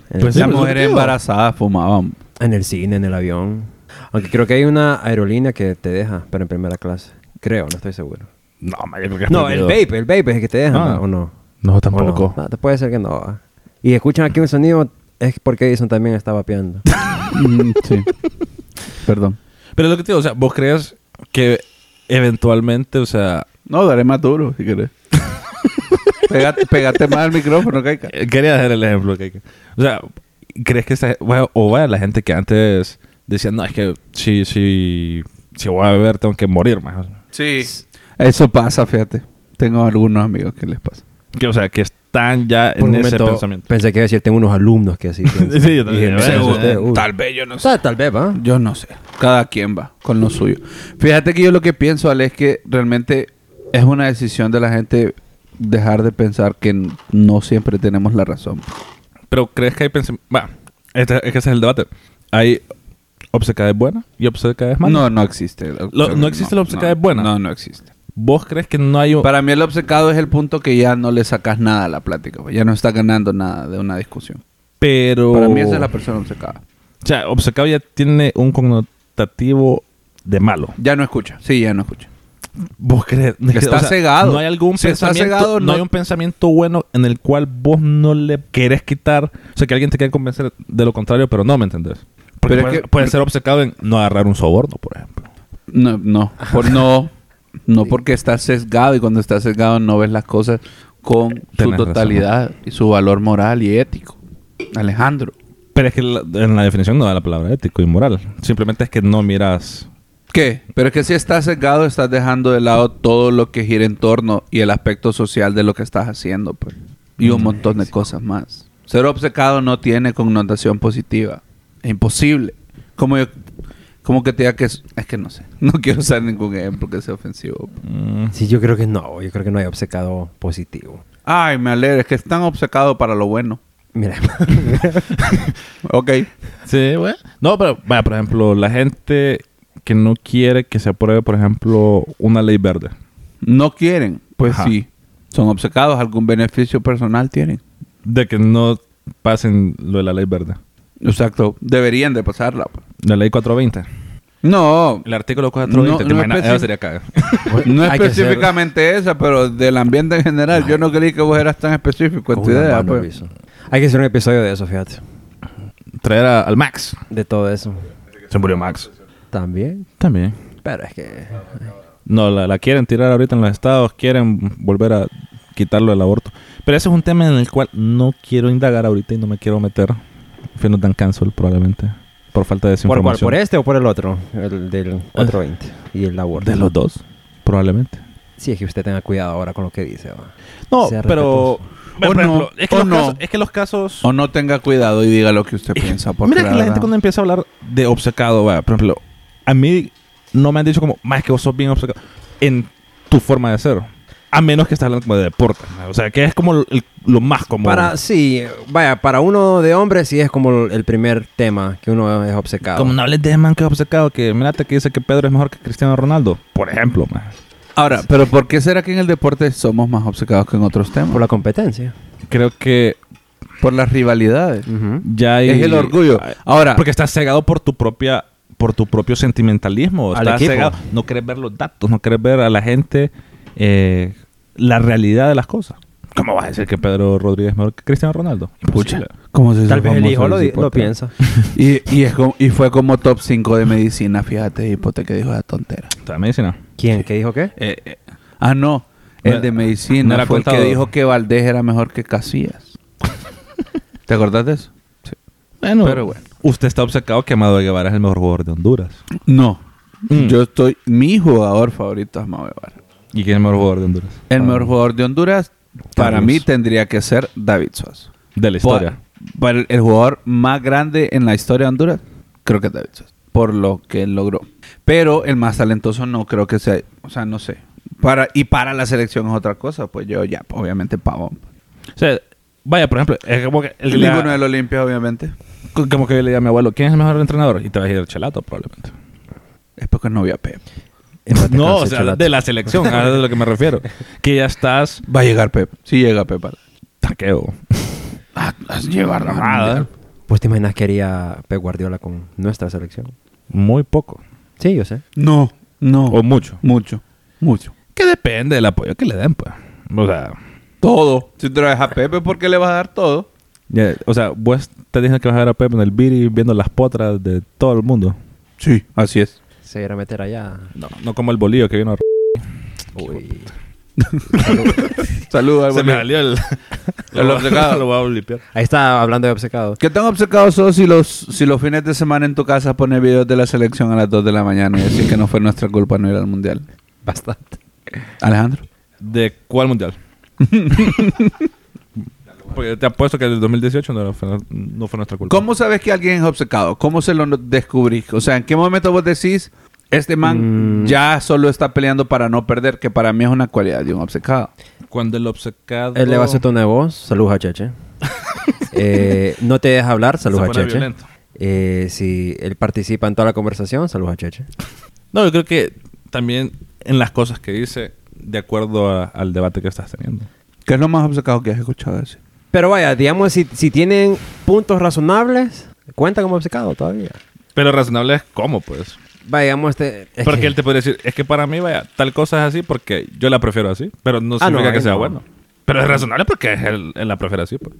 Speaker 3: En,
Speaker 1: Pues
Speaker 3: el,
Speaker 1: sí,
Speaker 2: Las
Speaker 1: por eso
Speaker 2: mujeres
Speaker 1: te digo.
Speaker 2: embarazadas fumaban.
Speaker 3: en el cine, en el avión. Aunque creo que hay una aerolínea que te deja, pero en primera clase. Creo, no estoy seguro.
Speaker 1: No, ma, yo creo que es
Speaker 3: No, el
Speaker 1: prohibido.
Speaker 3: vape, el vape es el que te deja,
Speaker 1: Ah.
Speaker 3: ¿no? ¿o no?
Speaker 1: No,
Speaker 3: ¿O
Speaker 1: tampoco.
Speaker 3: no? Ah, te puede ser que no. ah. Y escuchan aquí un sonido Es porque Edison también está vapeando.
Speaker 2: Mm, sí. Perdón.
Speaker 1: Pero lo que te digo, o sea, vos crees que eventualmente, o sea,
Speaker 2: No, daré más duro si querés. pégate, pégate más al micrófono, Kaika.
Speaker 1: Eh, Quería hacer el ejemplo. Que, o sea, ¿crees que esta, bueno, o vaya la gente que antes decía, no, es que si, si, si voy a beber tengo que morir más?
Speaker 2: Sí. Eso pasa, fíjate. Tengo algunos amigos que les pasa.
Speaker 1: Que, o sea, que están ya en
Speaker 3: Por un
Speaker 1: ese
Speaker 3: momento
Speaker 1: pensamiento.
Speaker 3: pensé que iba a decir, tengo unos alumnos que así. piensan.
Speaker 1: Sí, yo también.
Speaker 3: Y dije,
Speaker 1: Seguro.
Speaker 3: ustedes, uy.
Speaker 2: Tal vez yo no
Speaker 3: O sea, tal vez, ¿va?
Speaker 2: Yo no sé. Cada quien va con lo suyo. Fíjate que yo lo que pienso, Ale, es que realmente es una decisión de la gente dejar de pensar que n- no siempre tenemos la razón.
Speaker 1: Pero ¿crees que hay pensamiento? Va, este- es que ese es el debate. Hay obcecades buenas y obcecades malas.
Speaker 2: No, no existe. el
Speaker 1: Lo-
Speaker 2: obcecado.
Speaker 1: ¿no existe la obcecada
Speaker 2: no,
Speaker 1: buena?
Speaker 2: No, no existe.
Speaker 1: ¿Vos crees que no hay... un-
Speaker 2: Para mí el obcecado es el punto que ya no le sacas nada a la plática. pues, Ya no estás ganando nada de una discusión.
Speaker 1: Pero...
Speaker 2: Para mí esa es la persona obcecada.
Speaker 1: O sea, obcecado ya tiene un connotativo de malo.
Speaker 2: Ya no escucha. Sí, ya no escucha.
Speaker 1: ¿Vos crees?
Speaker 2: Está cegado.
Speaker 1: No hay algún
Speaker 2: Si está
Speaker 1: pensamiento.
Speaker 2: cegado,
Speaker 1: no...
Speaker 2: no-
Speaker 1: hay un pensamiento bueno en el cual vos no le querés quitar. O sea, que alguien te quiere convencer de lo contrario, pero no, ¿me entendés? Porque
Speaker 2: Pero es
Speaker 1: puede,
Speaker 2: que-
Speaker 1: puede ser obcecado en no agarrar un soborno, por ejemplo.
Speaker 2: No, no. Por no. No porque estás sesgado y cuando estás sesgado no ves las cosas con
Speaker 1: Tenés
Speaker 2: su totalidad y su valor moral y ético. Alejandro.
Speaker 1: Pero es que la- en la definición no da la palabra ético y moral. Simplemente es que no miras.
Speaker 2: ¿Qué? Pero es que si estás sesgado estás dejando de lado todo lo que gira en torno y el aspecto social de lo que estás haciendo. pues. Y un montón de cosas más. Ser obcecado no tiene connotación positiva. Es imposible. Como yo... Como que te diga que es... Es que no sé. No quiero usar ningún ejemplo que sea ofensivo. pues.
Speaker 1: mm,
Speaker 3: Sí, yo creo que no. Yo creo que no hay obcecado positivo.
Speaker 2: Ay, me alegra. Es que están obcecados para lo bueno.
Speaker 3: Mira.
Speaker 2: Ok.
Speaker 1: Sí, güey. No, pero, vaya, por ejemplo, la gente que no quiere que se apruebe, por ejemplo, una ley verde.
Speaker 2: No quieren. Pues
Speaker 1: Ajá.
Speaker 2: sí. Son obcecados. ¿Algún beneficio personal tienen?
Speaker 1: De que no pasen lo de la ley verde.
Speaker 2: Exacto. Deberían de pasarla. pues.
Speaker 1: La ley 420.
Speaker 2: No.
Speaker 1: El artículo
Speaker 2: No,
Speaker 1: 420,
Speaker 2: no
Speaker 1: te imaginas,
Speaker 2: especi-
Speaker 1: eso sería caga.
Speaker 2: No
Speaker 3: Hay que ser-
Speaker 2: específicamente esa, pero del ambiente en general. Yo no creí que vos eras tan específico en tu
Speaker 3: Una
Speaker 2: idea.
Speaker 3: mano,
Speaker 2: Pues.
Speaker 3: Luiso. Hay que hacer un episodio de eso, fíjate.
Speaker 1: Traer a- al Max.
Speaker 3: De todo eso.
Speaker 1: Se murió Max.
Speaker 3: También.
Speaker 1: También.
Speaker 3: Pero es que...
Speaker 1: No, la, la quieren tirar ahorita en los estados, quieren volver a quitarlo del aborto. Pero ese es un tema en el cual no quiero indagar ahorita y no me quiero meter. Que nos dan cancel probablemente. Por falta de
Speaker 3: ¿Por cuál?
Speaker 1: desinformación.
Speaker 3: ¿Por este o por el otro? El del 420. Y el aborto.
Speaker 1: Ah. De los dos, probablemente.
Speaker 3: Sí, es que usted tenga cuidado ahora con lo que dice. va.
Speaker 1: No,
Speaker 3: Sea
Speaker 1: pero...
Speaker 3: respetuoso.
Speaker 1: Ve,
Speaker 2: O
Speaker 1: por
Speaker 2: no,
Speaker 1: ejemplo, es que
Speaker 2: o
Speaker 1: los
Speaker 2: no.
Speaker 1: casos- es que los casos...
Speaker 2: O no tenga cuidado y diga lo que usted
Speaker 1: Es que-
Speaker 2: piensa. porque
Speaker 1: Mira que la gente
Speaker 2: verdad-
Speaker 1: cuando empieza a hablar de obcecado, va, por ejemplo, a mí no me han dicho como, más que vos sos bien obcecado en tu forma de ser. A menos que estés hablando como de deporte. ¿no? O sea, que es como el- lo más común.
Speaker 3: Para, sí, vaya, para uno de hombres sí es como el primer tema que uno es obcecado.
Speaker 1: Como no hables de man que es obcecado, que mirate que dice que Pedro es mejor que Cristiano Ronaldo. Por ejemplo, man.
Speaker 2: Ahora, ¿pero por qué será que en el deporte somos más obcecados que en otros temas?
Speaker 3: Por
Speaker 2: Por,
Speaker 3: la competencia.
Speaker 1: Creo que
Speaker 2: las rivalidades.
Speaker 1: ya hay...
Speaker 2: Es el orgullo. Ahora,
Speaker 1: Porque estás cegado por tu propia por tu propio sentimentalismo.
Speaker 3: Al
Speaker 1: Estás
Speaker 3: equipo.
Speaker 1: cegado. No quieres ver los datos, no quieres ver a la gente eh, la realidad de las cosas. ¿Cómo vas a decir que Pedro Rodríguez es mejor que Cristiano Ronaldo?
Speaker 2: Pucha,
Speaker 1: Imposible.
Speaker 2: ¿cómo se hizo
Speaker 3: Tal vez el
Speaker 2: famoso
Speaker 3: hijo lo,
Speaker 2: ese
Speaker 3: di- lo
Speaker 2: hipote?
Speaker 3: piensa.
Speaker 2: Y, y, es como- y fue como top 5 de medicina, fíjate, hipote que dijo la tontera.
Speaker 1: Está en medicina.
Speaker 3: ¿Quién? ¿Qué dijo qué?
Speaker 2: Eh, eh, ah, no,
Speaker 1: No
Speaker 2: el
Speaker 1: era-
Speaker 2: de
Speaker 1: no
Speaker 2: medicina
Speaker 1: era
Speaker 2: fue el que
Speaker 1: contador.
Speaker 2: dijo que Valdés era mejor que Casillas. ¿Te acordás de eso?
Speaker 1: Bueno,
Speaker 2: Pero bueno.
Speaker 1: usted está obcecado que Amado Guevara es el mejor jugador de Honduras.
Speaker 2: No.
Speaker 1: Mm.
Speaker 2: Yo estoy... Mi jugador favorito es Amado Guevara.
Speaker 1: ¿Y quién es el mejor jugador de Honduras?
Speaker 2: El mejor jugador de Honduras para
Speaker 1: Carlos.
Speaker 2: mí tendría que ser David Suazo.
Speaker 1: De la historia.
Speaker 2: Por- por el, el jugador más grande en la historia de Honduras, creo que es David Suárez, por lo que él logró. Pero el más talentoso no creo que sea, o sea, no sé. Para, y para la selección es otra cosa, pues yo ya, obviamente pavón.
Speaker 1: O sea, vaya, por ejemplo, es como que... el-
Speaker 2: Ninguno del Olimpia, obviamente.
Speaker 1: como que yo le diga a mi abuelo, ¿quién es el mejor entrenador? Y te vas a ir al chelato, probablemente.
Speaker 2: Es porque no había Pep.
Speaker 3: Empate
Speaker 1: no,
Speaker 3: con
Speaker 1: o sea,
Speaker 3: Secholato.
Speaker 1: de la selección, a lo que me refiero. Que ya estás
Speaker 2: Va a llegar Pep. Sí llega Pep. al-
Speaker 1: taqueo.
Speaker 2: Ah, a llevar la
Speaker 1: Nada.
Speaker 3: Pues te imaginas que haría Pep Guardiola con nuestra selección.
Speaker 1: Muy poco.
Speaker 3: Sí, yo sé.
Speaker 2: No, no.
Speaker 1: O mucho.
Speaker 2: mucho, mucho.
Speaker 1: Que depende del apoyo que le den, pues. O sea,
Speaker 2: Todo. Si traes a Pepe, ¿por qué le vas a dar todo?
Speaker 1: Ya, o sea, vos te dicen que vas a ver a Pep en el Biri viendo las potras de todo el mundo.
Speaker 2: Sí, así es.
Speaker 3: Se irá a meter allá.
Speaker 1: No, no como el bolillo que vino a...
Speaker 3: Uy.
Speaker 2: Saludos al
Speaker 1: salió el...
Speaker 2: El obcecado.
Speaker 1: Lo voy a olimpiar.
Speaker 3: Ahí está hablando de obcecado.
Speaker 2: ¿Qué tan obcecado sos si los, si los fines de semana en tu casa pones videos de la selección a las 2 de la mañana y decís que no fue nuestra culpa no ir al mundial?
Speaker 3: Bastante.
Speaker 2: Alejandro.
Speaker 1: ¿De cuál mundial? Porque te apuesto que el 2018 no fue, no fue nuestra culpa.
Speaker 2: ¿Cómo sabes que alguien es obcecado? ¿Cómo se lo no- descubrís? O sea, ¿en qué momento vos decís, este man ya solo está peleando para no perder, que para mí es una cualidad de un obcecado?
Speaker 1: Cuando el obcecado...
Speaker 3: Eleva su tono de voz. Saludos a Cheche. Eh, no te deja hablar. Saludos
Speaker 1: Se
Speaker 3: a
Speaker 1: pone
Speaker 3: Cheche.
Speaker 1: violento.
Speaker 3: Eh, si él participa en toda la conversación, saludos a Cheche.
Speaker 1: No, yo creo que también en las cosas que dice, de acuerdo a- al debate que estás teniendo.
Speaker 2: ¿Qué es lo más obcecado que has escuchado decir?
Speaker 3: Pero vaya, digamos, si, si tienen puntos razonables, cuenta como obcecado todavía.
Speaker 1: Pero razonable es cómo, pues.
Speaker 3: Vaya, digamos, este. es
Speaker 1: porque
Speaker 3: que-
Speaker 1: él te puede decir, es que para mí, vaya, tal cosa es así porque yo la prefiero así, pero no
Speaker 3: Ah, no,
Speaker 1: significa que
Speaker 3: ahí
Speaker 1: sea
Speaker 3: no.
Speaker 1: bueno. Pero es razonable porque es él, él la prefiere así, pues.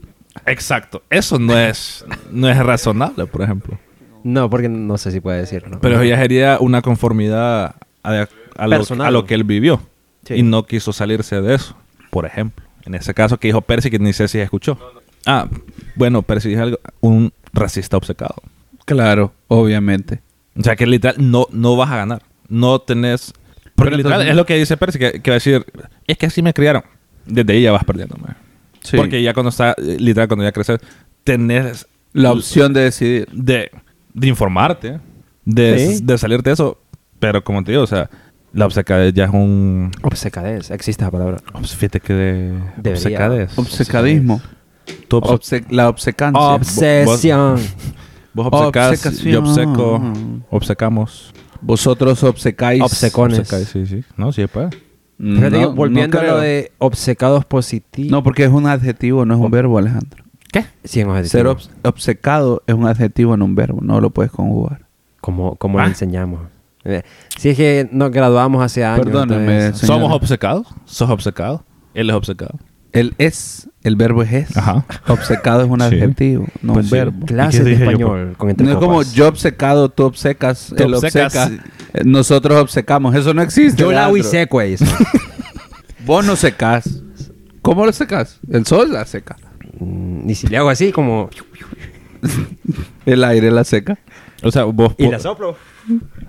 Speaker 1: Exacto. Eso no es, no es razonable, por ejemplo.
Speaker 3: No, porque no sé si puede decirlo.
Speaker 1: Pero ya sería una conformidad a, a lo,
Speaker 3: Personal.
Speaker 1: a lo que él vivió.
Speaker 3: Sí.
Speaker 1: Y no quiso salirse de eso, por ejemplo. En ese caso que dijo Percy, que ni sé si escuchó. Ah, bueno, Percy dijo algo, un racista obcecado.
Speaker 2: Claro, obviamente.
Speaker 1: O sea, que literal, no, no vas a ganar. No tenés... Porque
Speaker 2: Pero
Speaker 1: literal,
Speaker 2: entonces-
Speaker 1: es lo que dice Percy, que, que va a decir, es que así me criaron. Desde ahí ya vas perdiendo, man.
Speaker 2: Sí.
Speaker 1: Porque ya cuando está, eh, literal, cuando ya creces, tenés
Speaker 2: La opción de decidir.
Speaker 1: de, de informarte, de,
Speaker 3: Sí.
Speaker 1: de salirte de eso. Pero como te digo, o sea, la obcecadez ya es un...
Speaker 3: Obcecadez, existe esa palabra.
Speaker 1: obs- Fíjate que de...
Speaker 3: Debería.
Speaker 1: Obcecadez.
Speaker 2: Obcecadismo.
Speaker 1: Tú obse-
Speaker 2: Obse- la obsecancia.
Speaker 3: Obsesión.
Speaker 1: vos obcecás, yo
Speaker 2: Obsecación.
Speaker 1: obseco, obsecamos.
Speaker 2: Vosotros obsecáis.
Speaker 3: Obsecó- Pones.
Speaker 1: Obsecáis, sí, sí. No, sí, pues.
Speaker 2: Mm,
Speaker 3: Fíjate que
Speaker 2: no,
Speaker 3: volviendo
Speaker 2: no
Speaker 3: a lo
Speaker 2: creo.
Speaker 3: de obcecados positivos.
Speaker 2: No, porque es un adjetivo, no es un verbo, Alejandro.
Speaker 1: ¿Qué?
Speaker 3: sí, hemos dicho.
Speaker 2: Ser obs- obcecado es un adjetivo, no un verbo. No lo puedes conjugar.
Speaker 3: Como, como lo
Speaker 1: Ah.
Speaker 3: enseñamos. Eh, Si es que nos graduamos hace años.
Speaker 2: Perdóneme,
Speaker 3: entonces-
Speaker 2: Señora.
Speaker 1: ¿Somos obcecados? ¿Sos obcecado? Él es obcecado.
Speaker 2: El es, el verbo es es.
Speaker 1: Ajá.
Speaker 2: Obcecado es un
Speaker 1: Sí.
Speaker 2: adjetivo, no
Speaker 1: Pues
Speaker 2: un
Speaker 1: sí.
Speaker 2: verbo.
Speaker 1: ¿Y
Speaker 3: Clases
Speaker 1: qué
Speaker 3: de
Speaker 1: dije yo,
Speaker 3: español. con este entre
Speaker 2: No es como
Speaker 3: copas.
Speaker 2: yo obcecado, tú obcecas,
Speaker 1: Tú
Speaker 2: él
Speaker 1: obcecas.
Speaker 2: obceca, eh, nosotros obcecamos. Eso no existe.
Speaker 3: Yo la pues.
Speaker 2: Leandro.
Speaker 3: seco güey.
Speaker 2: Vos no secas. ¿Cómo lo secas? El sol la seca.
Speaker 3: Mm, Ni si le hago así, como.
Speaker 2: El aire la seca.
Speaker 1: O sea, vos...
Speaker 3: Y
Speaker 1: po-
Speaker 3: la soplo.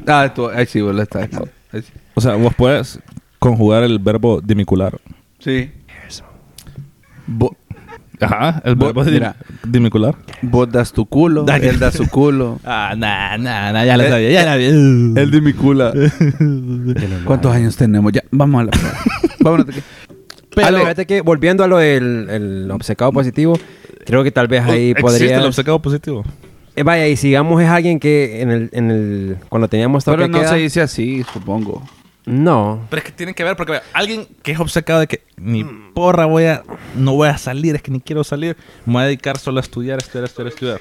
Speaker 2: Ah, tú, ahí sí, vos la estás. ahí sí.
Speaker 1: o sea, vos puedes conjugar el verbo dimicular.
Speaker 2: Sí. Vo-
Speaker 1: Ajá, el
Speaker 2: Vos-
Speaker 1: verbo dim-
Speaker 2: mira.
Speaker 1: dimicular.
Speaker 2: vos das tu culo,
Speaker 1: Dale.
Speaker 2: él da su culo. Eh,
Speaker 1: Ah, nah, nah, nah, ya
Speaker 2: la
Speaker 1: la
Speaker 2: sabía,
Speaker 1: sabía, ya la
Speaker 2: Él dimicula. ¿Cuántos años tenemos ya? Vamos a la prueba. Vámonos. de aquí.
Speaker 3: Pero
Speaker 2: Ale-
Speaker 3: fíjate que volviendo a lo del el obcecado positivo, creo que tal vez ahí
Speaker 1: Pues, ¿Existe
Speaker 3: podría.
Speaker 1: el obcecado positivo?
Speaker 3: Eh, vaya, y sigamos es alguien que en el, en el cuando teníamos toque
Speaker 2: Pero
Speaker 3: de
Speaker 2: no
Speaker 3: queda-
Speaker 2: se dice así, supongo.
Speaker 3: No.
Speaker 1: Pero es que tiene que ver, porque vea, alguien que es obcecado de que ni porra voy a, no voy a salir, es que ni quiero salir, me voy a dedicar solo a estudiar, estudiar, estudiar, estudiar.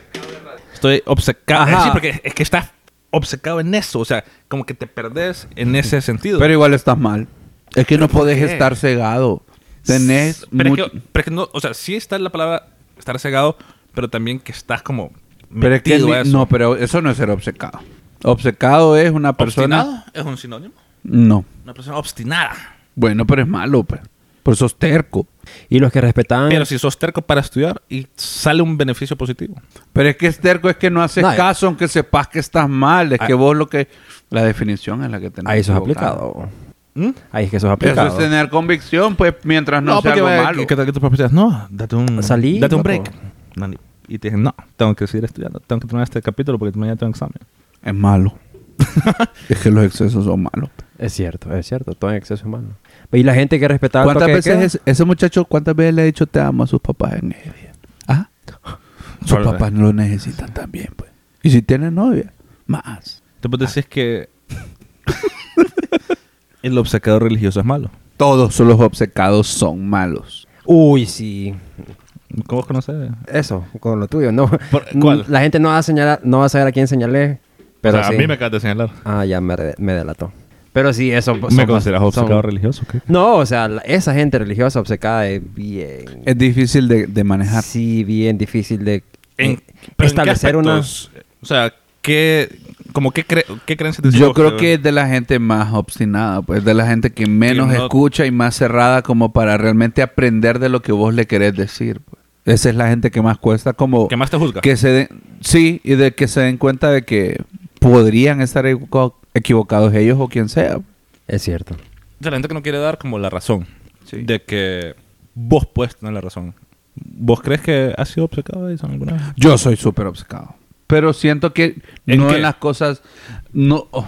Speaker 1: Estoy obcecado.
Speaker 3: Ajá.
Speaker 1: Sí, porque es que estás obcecado en eso, o sea, como que te perdés en ese sentido.
Speaker 2: Pero igual estás mal. Es que no podés
Speaker 1: qué?
Speaker 2: estar cegado. Tenés
Speaker 1: Pero,
Speaker 2: mu-
Speaker 1: es que, pero es que no, o sea, sí está la palabra estar cegado, pero también que estás como
Speaker 2: Pero es que
Speaker 1: metido
Speaker 2: ni-
Speaker 1: a eso.
Speaker 2: no, pero eso no es ser obcecado. Obcecado es una persona.
Speaker 1: ¿Obstinado es un sinónimo?
Speaker 2: No.
Speaker 1: Una persona obstinada.
Speaker 2: Bueno, pero es malo, pues. Por eso es terco.
Speaker 3: Y los que respetaban.
Speaker 1: Pero si sos terco para estudiar y sale un beneficio positivo.
Speaker 2: Pero es que es terco, es que no haces
Speaker 3: No, eh.
Speaker 2: caso aunque sepas que estás mal. Es
Speaker 1: Ah.
Speaker 2: que vos lo que. La definición Ah, es la que tenés.
Speaker 3: ahí sos
Speaker 2: equivocada.
Speaker 3: aplicado.
Speaker 1: ¿Mm?
Speaker 3: Ahí es que sos aplicado.
Speaker 2: Eso es tener convicción, pues,
Speaker 1: Ah,
Speaker 2: mientras no, sea algo
Speaker 1: vaya,
Speaker 2: malo.
Speaker 1: que- que tal que tus papás te digan, no, date un,
Speaker 3: Salí,
Speaker 1: date un
Speaker 3: loco.
Speaker 1: break. No, ni- Y te dicen, no, tengo que seguir estudiando, tengo que terminar este capítulo porque mañana tengo examen.
Speaker 2: Es malo. es que los excesos son malos.
Speaker 3: Es cierto, es cierto. Todo en exceso humano. Y la gente que respetaba. el
Speaker 2: ¿Cuántas
Speaker 3: toque de
Speaker 2: veces
Speaker 3: queda,
Speaker 2: ese, ese muchacho, cuántas veces le ha dicho te amo a sus papás en ese día? ¿Ah? Sus
Speaker 1: Solo-
Speaker 2: papás no lo necesitan también, pues. Y si tiene novia, más.
Speaker 1: Te puedo decir que el obcecador religioso es malo.
Speaker 2: Todos los obcecados son malos.
Speaker 3: Uy, sí.
Speaker 1: ¿Cómo vos conoces?
Speaker 3: Eso, con lo tuyo, no.
Speaker 1: Por- ¿cuál?
Speaker 3: La gente no va a señalar, no va a saber a quién señalarle. Pero
Speaker 1: O sea,
Speaker 3: sí.
Speaker 1: a mí me acabas de señalar.
Speaker 3: Ah, ya me, re- me delató. Pero sí, eso...
Speaker 1: ¿Me consideras obcecado religioso? ¿Qué?
Speaker 3: No, o sea, la- esa gente religiosa obcecada es bien...
Speaker 2: Es difícil de, de manejar.
Speaker 3: Sí, bien difícil de
Speaker 1: En-
Speaker 3: eh,
Speaker 1: pero ¿en qué
Speaker 3: establecer una...
Speaker 1: aspectos? O sea, ¿qué, como qué, cre qué creencias te
Speaker 2: Yo
Speaker 1: sirve,
Speaker 2: creo
Speaker 1: José?
Speaker 2: que es de la gente más obstinada, pues de la gente que menos
Speaker 1: no-
Speaker 2: escucha y más cerrada como para realmente aprender de lo que vos le querés decir. pues. Esa es la gente que más cuesta como
Speaker 1: ¿Qué más te juzga?
Speaker 2: que se den, sí y de que se den cuenta de que podrían estar equivo- equivocados ellos o quien sea.
Speaker 3: Es cierto.
Speaker 1: O sea, la gente que no quiere dar como la razón.
Speaker 2: Sí.
Speaker 1: De que vos puedes tener la razón. ¿Vos crees que has sido obcecado de eso alguna vez?
Speaker 2: Yo soy súper obcecado, pero siento que
Speaker 1: ¿En
Speaker 2: no
Speaker 1: qué?
Speaker 2: en las cosas no oh,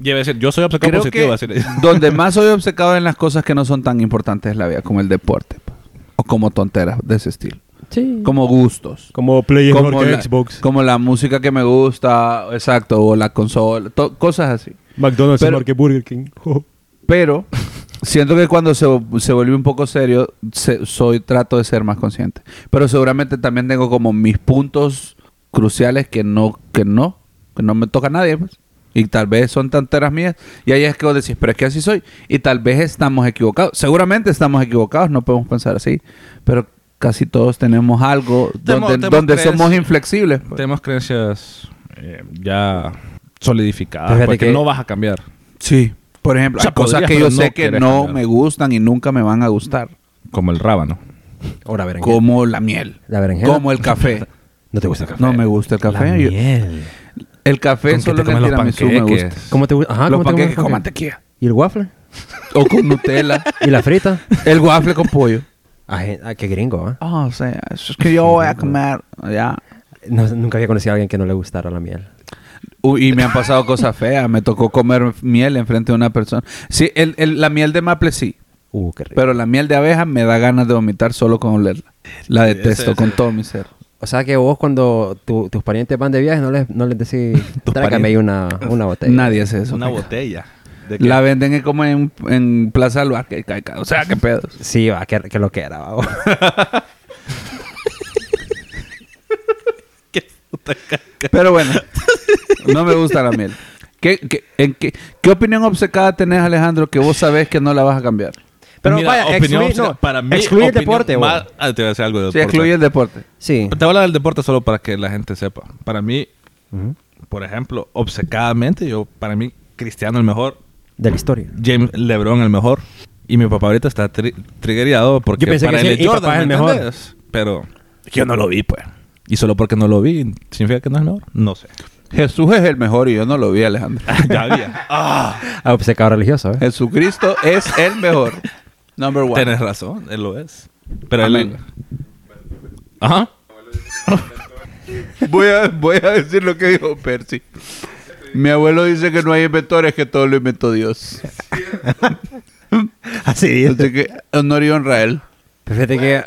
Speaker 1: Lleva a decir, yo soy obcecado
Speaker 2: creo
Speaker 1: positivo. va a
Speaker 2: que
Speaker 1: decir.
Speaker 2: donde más soy obcecado en las cosas que no son tan importantes de la vida como el deporte pues, o como tonteras de ese estilo.
Speaker 3: Sí.
Speaker 2: como gustos.
Speaker 1: Como Play
Speaker 2: Como la, como la música que me gusta, exacto, o la consola, to- cosas así.
Speaker 4: McDonald's
Speaker 2: Pero-
Speaker 4: es más que Burger King.
Speaker 2: Pero siento que cuando se, se vuelve un poco serio, se- soy trato de ser más consciente. Pero seguramente también tengo como mis puntos cruciales que no, que no, que no me toca a nadie. pues. Y tal vez son tanteras mías. Y ahí es que vos decís, pero es que así soy. Y tal vez estamos equivocados. Seguramente estamos equivocados, no podemos pensar así. Pero casi todos tenemos algo
Speaker 1: Tenemos-
Speaker 2: donde,
Speaker 1: tenemos
Speaker 2: donde
Speaker 1: creencias.
Speaker 2: somos inflexibles. pues.
Speaker 1: Tenemos creencias eh, ya solidificadas.
Speaker 3: Fíjate
Speaker 1: Porque
Speaker 3: que-
Speaker 1: no vas a cambiar.
Speaker 2: Sí. Por ejemplo,
Speaker 1: O sea,
Speaker 2: hay cosas
Speaker 1: podrías,
Speaker 2: que yo
Speaker 1: pero no
Speaker 2: sé que
Speaker 1: quieres
Speaker 2: no
Speaker 1: cambiar.
Speaker 2: me gustan y nunca me van a gustar.
Speaker 1: Como el rábano.
Speaker 3: Ahora, berenjena.
Speaker 2: Como la miel.
Speaker 3: ¿La berenjena?
Speaker 2: como el café.
Speaker 3: ¿No te gusta el café?
Speaker 2: No me gusta el café. Yo-
Speaker 3: miel.
Speaker 2: el café
Speaker 1: ¿Con qué
Speaker 2: solo
Speaker 1: te
Speaker 2: en el
Speaker 1: comes los
Speaker 2: tiramisú me gusta.
Speaker 1: panqueques?
Speaker 3: ¿Cómo te gusta? Ajá, Ah,
Speaker 2: Los
Speaker 3: ¿cómo te gusta el
Speaker 2: panqueques con
Speaker 3: café?
Speaker 2: mantequilla.
Speaker 3: ¿Y el waffle?
Speaker 2: O con Nutella.
Speaker 3: ¿Y la frita?
Speaker 2: el waffle con pollo.
Speaker 3: Ah, gen- ah, qué gringo, ¿ah?
Speaker 2: Ah, o sea, eso es que yo voy a comer. Ya.
Speaker 3: No- nunca había conocido a alguien que no le gustara la miel.
Speaker 2: Uy, y me han pasado cosas feas. Me tocó comer miel enfrente de una persona. Sí, el- el- la miel de maple sí.
Speaker 3: Uh, qué rico.
Speaker 2: Pero la miel de abeja me da ganas de vomitar solo con olerla. La detesto con todo mi ser.
Speaker 3: o sea que vos cuando tu- tus parientes van de viaje no les, no les decís, trágame ahí una, una botella.
Speaker 2: Nadie hace eso.
Speaker 1: una
Speaker 2: Mica.
Speaker 1: botella. ¿De qué?
Speaker 2: La venden en- como en, en Plaza del Bar, que caica. O sea, qué pedos.
Speaker 3: Sí, va, que, que lo que era, va.
Speaker 2: Pero bueno, no me gusta la miel. ¿Qué, qué, en qué, qué opinión obcecada tenés, Alejandro, que vos sabés que no la vas a cambiar?
Speaker 3: Pero
Speaker 1: Mira,
Speaker 3: vaya,
Speaker 1: opinión
Speaker 3: excluir, no,
Speaker 1: obscecada. para mí,
Speaker 3: excluir el
Speaker 1: opinión
Speaker 3: deporte,
Speaker 1: más-
Speaker 3: vos.
Speaker 1: Ah, te voy a decir algo de
Speaker 2: Sí,
Speaker 1: deporte.
Speaker 2: excluye el deporte.
Speaker 3: Sí.
Speaker 1: Te voy a hablar del deporte solo para que la gente sepa. Para mí, por ejemplo, obcecadamente, yo, para mí, Cristiano el mejor,
Speaker 3: De la historia.
Speaker 1: James LeBron el mejor. Y mi papá ahorita está tri triggereado porque
Speaker 3: Yo pensé
Speaker 1: para
Speaker 3: que
Speaker 1: él es
Speaker 3: sí, y
Speaker 1: Jordan,
Speaker 3: papá es el
Speaker 1: ¿me
Speaker 3: mejor.
Speaker 1: entendés? Pero yo no lo vi, pues. Y solo porque no lo vi, ¿significa que no es el mejor? No sé.
Speaker 2: Jesús es el mejor y yo no lo vi, Alejandro.
Speaker 1: ya había. Ah,
Speaker 3: Ah, obcecado religioso, ¿eh?
Speaker 2: Jesucristo es el mejor. Number one.
Speaker 1: tenés razón, él lo es. Pero él...
Speaker 2: Amén.
Speaker 1: Ajá.
Speaker 2: Voy a, voy a decir lo que dijo Percy. Mi abuelo dice que no hay inventores, que todo lo inventó Dios. Así Así que honor y honra a él.
Speaker 3: Pero Fíjate que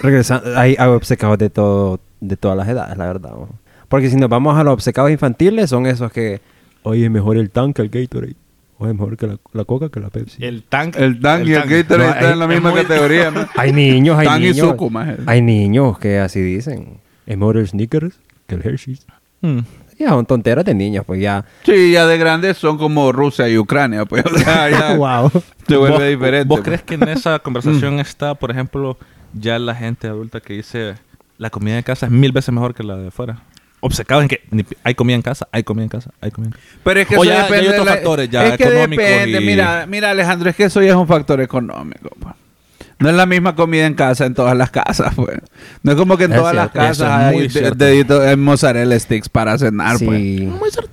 Speaker 3: regresando, hay, hay obcecados de todo, de todas las edades, la verdad. ¿no? Porque si nos vamos a los obcecados infantiles, son esos que,
Speaker 4: Oye, es mejor el tanque, el Gatorade. Oye, es mejor que la, la Coca que la Pepsi.
Speaker 1: El tank.
Speaker 2: El Dan y el
Speaker 1: tank.
Speaker 2: Gatorade
Speaker 3: No,
Speaker 2: están
Speaker 3: hay-
Speaker 2: en la misma categoría. ¿no?
Speaker 3: hay niños, hay
Speaker 2: Tan y
Speaker 3: niños,
Speaker 2: Zuko, maje.
Speaker 3: hay niños que así dicen.
Speaker 4: Es mejor el Snickers que el Hershey's.
Speaker 1: Mm.
Speaker 3: Ya, son tonteras de niños, pues ya.
Speaker 2: Sí, ya de grandes son como Rusia y Ucrania, pues. O sea, ya
Speaker 4: wow.
Speaker 2: se vuelve
Speaker 1: ¿Vos-
Speaker 2: diferente.
Speaker 1: ¿Vos
Speaker 2: pues.
Speaker 1: crees que en esa conversación está, por ejemplo, ya la gente adulta que dice la comida de casa es mil veces mejor que la de fuera? Obcecados en que ni pi- hay comida en casa, hay comida en casa, hay comida en casa.
Speaker 2: Pero es que
Speaker 1: O
Speaker 2: eso
Speaker 1: ya- ya hay
Speaker 2: depende de
Speaker 1: otros
Speaker 2: la-
Speaker 1: factores ya
Speaker 2: es que
Speaker 1: económicos
Speaker 2: depende.
Speaker 1: y-
Speaker 2: Mira, mira, Alejandro, es que eso ya es un factor económico. pues. No es la misma comida en casa en todas las casas, pues. No es como que en
Speaker 3: Es
Speaker 2: todas las
Speaker 3: cierto,
Speaker 1: eso es
Speaker 2: casas
Speaker 1: muy
Speaker 2: hay de-
Speaker 1: cierto.
Speaker 2: dedito hay mozzarella sticks para cenar, pues.
Speaker 3: sí.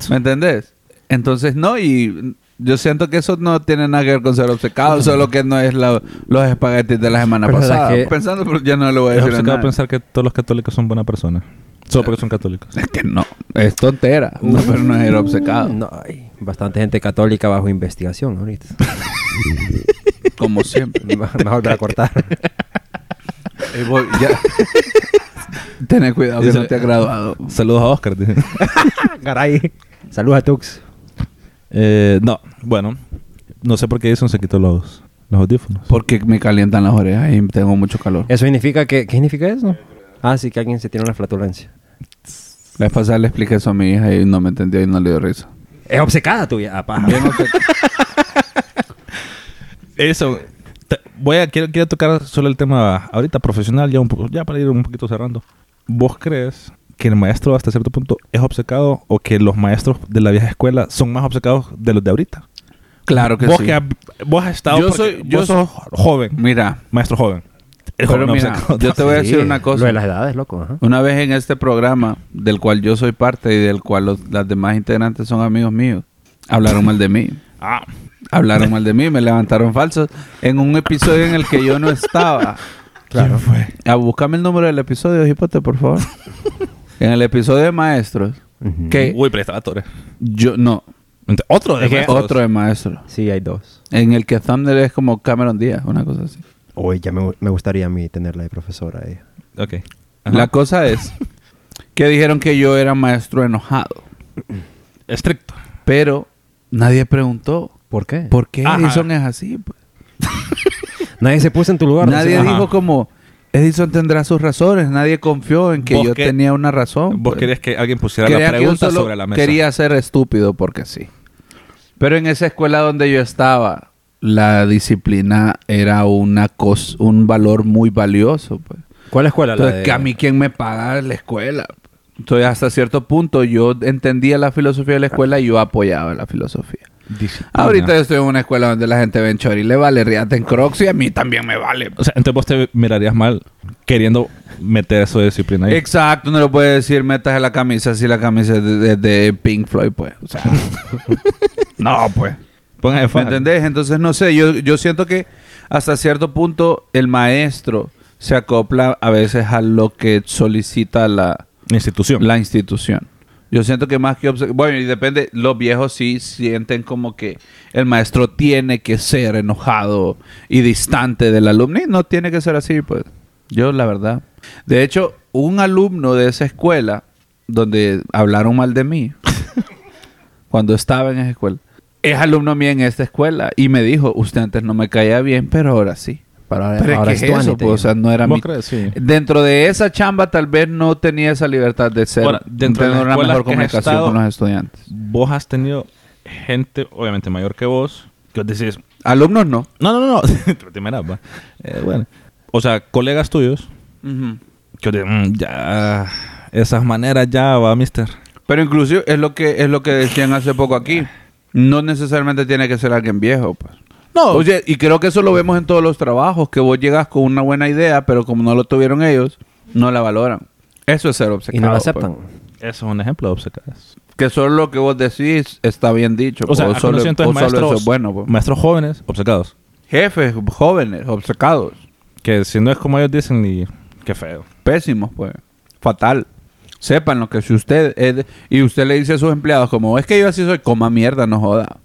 Speaker 2: ¿Me entendés? Entonces, no, y yo siento que eso no tiene nada que ver con ser obcecado, solo que no es la- los espaguetis de la semana
Speaker 3: Pero la
Speaker 2: pasada.
Speaker 3: que-
Speaker 2: Pensando, pero ya no lo voy
Speaker 1: Es
Speaker 2: a decir. a
Speaker 1: obcecado
Speaker 2: nadie.
Speaker 1: pensar que todos los católicos son buenas personas. Solo porque son católicos.
Speaker 2: Es que no, es tontera. No,
Speaker 3: Uh.
Speaker 2: pero no es ir obcecado.
Speaker 3: No, hay bastante gente católica bajo investigación ahorita.
Speaker 2: Como siempre.
Speaker 3: Me va me va a volver a cortar.
Speaker 2: Eh, voy, ya. Tené cuidado que
Speaker 1: Dice-
Speaker 2: no te ha graduado.
Speaker 1: Saludos a Oscar. dice.
Speaker 3: Caray. Saludos a Tux.
Speaker 1: Eh, no, bueno, no sé por qué Edison se quitó los, los audífonos.
Speaker 2: Porque me calientan las orejas y tengo mucho calor.
Speaker 3: ¿Eso significa que... ¿Qué significa eso? Ah, sí, que alguien se tiene una flatulencia.
Speaker 2: La vez pasada le expliqué eso a mi hija y no me entendió y no le dio risa.
Speaker 3: Es obcecada tuya, ah, paja.
Speaker 2: Bien obce-
Speaker 1: Eso. Te- Voy a, quiero, quiero tocar solo el tema ahorita profesional, ya, un po- ya para ir un poquito cerrando. ¿Vos crees que el maestro hasta cierto punto es obcecado o que los maestros de la vieja escuela son más obcecados de los de ahorita?
Speaker 2: Claro que
Speaker 1: vos
Speaker 2: sí.
Speaker 1: has, vos has estado...
Speaker 2: Yo
Speaker 1: porque
Speaker 2: soy- yo
Speaker 1: vos sos joven,
Speaker 2: Mira,
Speaker 1: maestro joven. El
Speaker 2: Pero
Speaker 1: joven
Speaker 2: mira,
Speaker 1: obcecado.
Speaker 2: yo te voy a decir una cosa.
Speaker 5: Lo de las edades, loco. ajá.
Speaker 2: Una vez en este programa, del cual yo soy parte y del cual los- las demás integrantes son amigos míos, hablaron mal de mí.
Speaker 1: Ah,
Speaker 2: Hablaron mal de mí, me levantaron falsos en un episodio en el que yo no estaba.
Speaker 1: claro. fue?
Speaker 2: A buscarme Ah, el número del episodio, hipote, por favor. En el episodio de maestros,
Speaker 5: Ujú.
Speaker 2: que
Speaker 1: Uy, pero estaba Torres.
Speaker 2: yo no,
Speaker 1: Ent- Otro de
Speaker 5: Es que-
Speaker 1: maestros.
Speaker 2: otro de maestros,
Speaker 5: Sí, hay dos.
Speaker 2: en el que thumbnail es como Cameron Díaz, una cosa así.
Speaker 5: Hoy ya me, gu- me gustaría a mí tenerla de profesora. eh.
Speaker 1: Ok. Ajá.
Speaker 2: La cosa es que dijeron que yo era maestro enojado,
Speaker 1: Estricto.
Speaker 2: pero nadie preguntó
Speaker 5: ¿Por qué?
Speaker 2: por qué
Speaker 1: Ajá.
Speaker 2: Edison es así. pues?
Speaker 5: Nadie se puso en tu lugar.
Speaker 2: Nadie
Speaker 5: decía,
Speaker 1: Ajá.
Speaker 2: dijo como Edison tendrá sus razones, nadie confió en que
Speaker 1: Vos
Speaker 2: yo
Speaker 1: que-
Speaker 2: tenía una razón.
Speaker 1: Vos
Speaker 2: pues.
Speaker 1: querías que alguien pusiera
Speaker 2: Quería
Speaker 1: la
Speaker 2: que yo
Speaker 1: pregunta
Speaker 2: solo
Speaker 1: sobre la mesa.
Speaker 2: Quería ser estúpido porque sí. Pero en esa escuela donde yo estaba, la disciplina era una cos- un valor muy valioso. Pues.
Speaker 3: ¿Cuál escuela? La
Speaker 2: Entonces,
Speaker 3: de-
Speaker 2: que a mí quien me paga es la escuela. Entonces, hasta cierto punto, yo entendía la filosofía de la escuela y yo apoyaba la filosofía.
Speaker 1: Ah,
Speaker 2: Ahorita yo estoy en una escuela donde la gente ve en chori, le vale riata en crocs y a mí también me vale.
Speaker 1: O sea, entonces vos te mirarías mal queriendo meter eso de disciplina ahí.
Speaker 2: Exacto, no lo puedes decir metas en la camisa si la camisa es de, de- de Pink Floyd, pues. O sea, no, pues.
Speaker 1: Pongan de
Speaker 2: ¿Me
Speaker 1: faja.
Speaker 2: entendés? Entonces, no sé, yo, yo siento que hasta cierto punto el maestro se acopla a veces a lo que solicita la,
Speaker 1: Institución.
Speaker 2: la institución. Yo siento que más que... obse- Bueno, y depende, los viejos sí sienten como que el maestro tiene que ser enojado y distante del alumno. Y no tiene que ser así, pues. Yo, la verdad. De hecho, un alumno de esa escuela, donde hablaron mal de mí, cuando estaba en esa escuela, es alumno mío en esta escuela y me dijo, usted antes no me caía bien, pero ahora sí.
Speaker 5: Pero ahora,
Speaker 2: Pero
Speaker 5: ahora
Speaker 2: es que
Speaker 5: es
Speaker 2: es
Speaker 5: tu
Speaker 2: eso,
Speaker 5: Anita,
Speaker 2: pues, o sea, no era
Speaker 1: ¿Vos
Speaker 2: mi-
Speaker 1: crees? Sí.
Speaker 2: Dentro de esa chamba tal vez no tenía esa libertad de ser
Speaker 1: Ahora, dentro de
Speaker 2: tener
Speaker 1: las
Speaker 2: una
Speaker 1: escuelas
Speaker 2: mejor
Speaker 1: que has
Speaker 2: comunicación
Speaker 1: estado-
Speaker 2: con los estudiantes.
Speaker 1: Vos has tenido gente, obviamente mayor que vos, que os decís,
Speaker 2: Alumnos no.
Speaker 1: no, no, no, no. Te imaginas, va. Eh, bueno. O sea, colegas tuyos, que os dicen, "Mm, ya, esas maneras ya va, mister.
Speaker 2: Pero inclusive es lo que es lo que decían hace poco aquí. No necesariamente tiene que ser alguien viejo, pues. No. Oye, y creo que eso lo vemos en todos los trabajos, que vos llegas con una buena idea, pero como no lo tuvieron ellos, no la valoran. Eso es ser
Speaker 5: Y
Speaker 2: obcecado.
Speaker 5: no lo
Speaker 2: pues.
Speaker 5: aceptan.
Speaker 1: Eso es un ejemplo de obcecadas.
Speaker 2: Que solo lo que vos decís está bien dicho.
Speaker 1: O sea,
Speaker 2: pues,
Speaker 1: a
Speaker 2: solo,
Speaker 1: conocido, entonces,
Speaker 2: o solo eso
Speaker 1: maestros,
Speaker 2: es bueno, pues.
Speaker 1: maestros jóvenes, obcecados.
Speaker 2: Jefes, jóvenes, obcecados.
Speaker 1: Que si no es como ellos dicen, y qué feo.
Speaker 2: pésimos, pues. Fatal. Sepan lo que si usted es de- y usted le dice a sus empleados como es que yo así soy, coma mierda, no joda.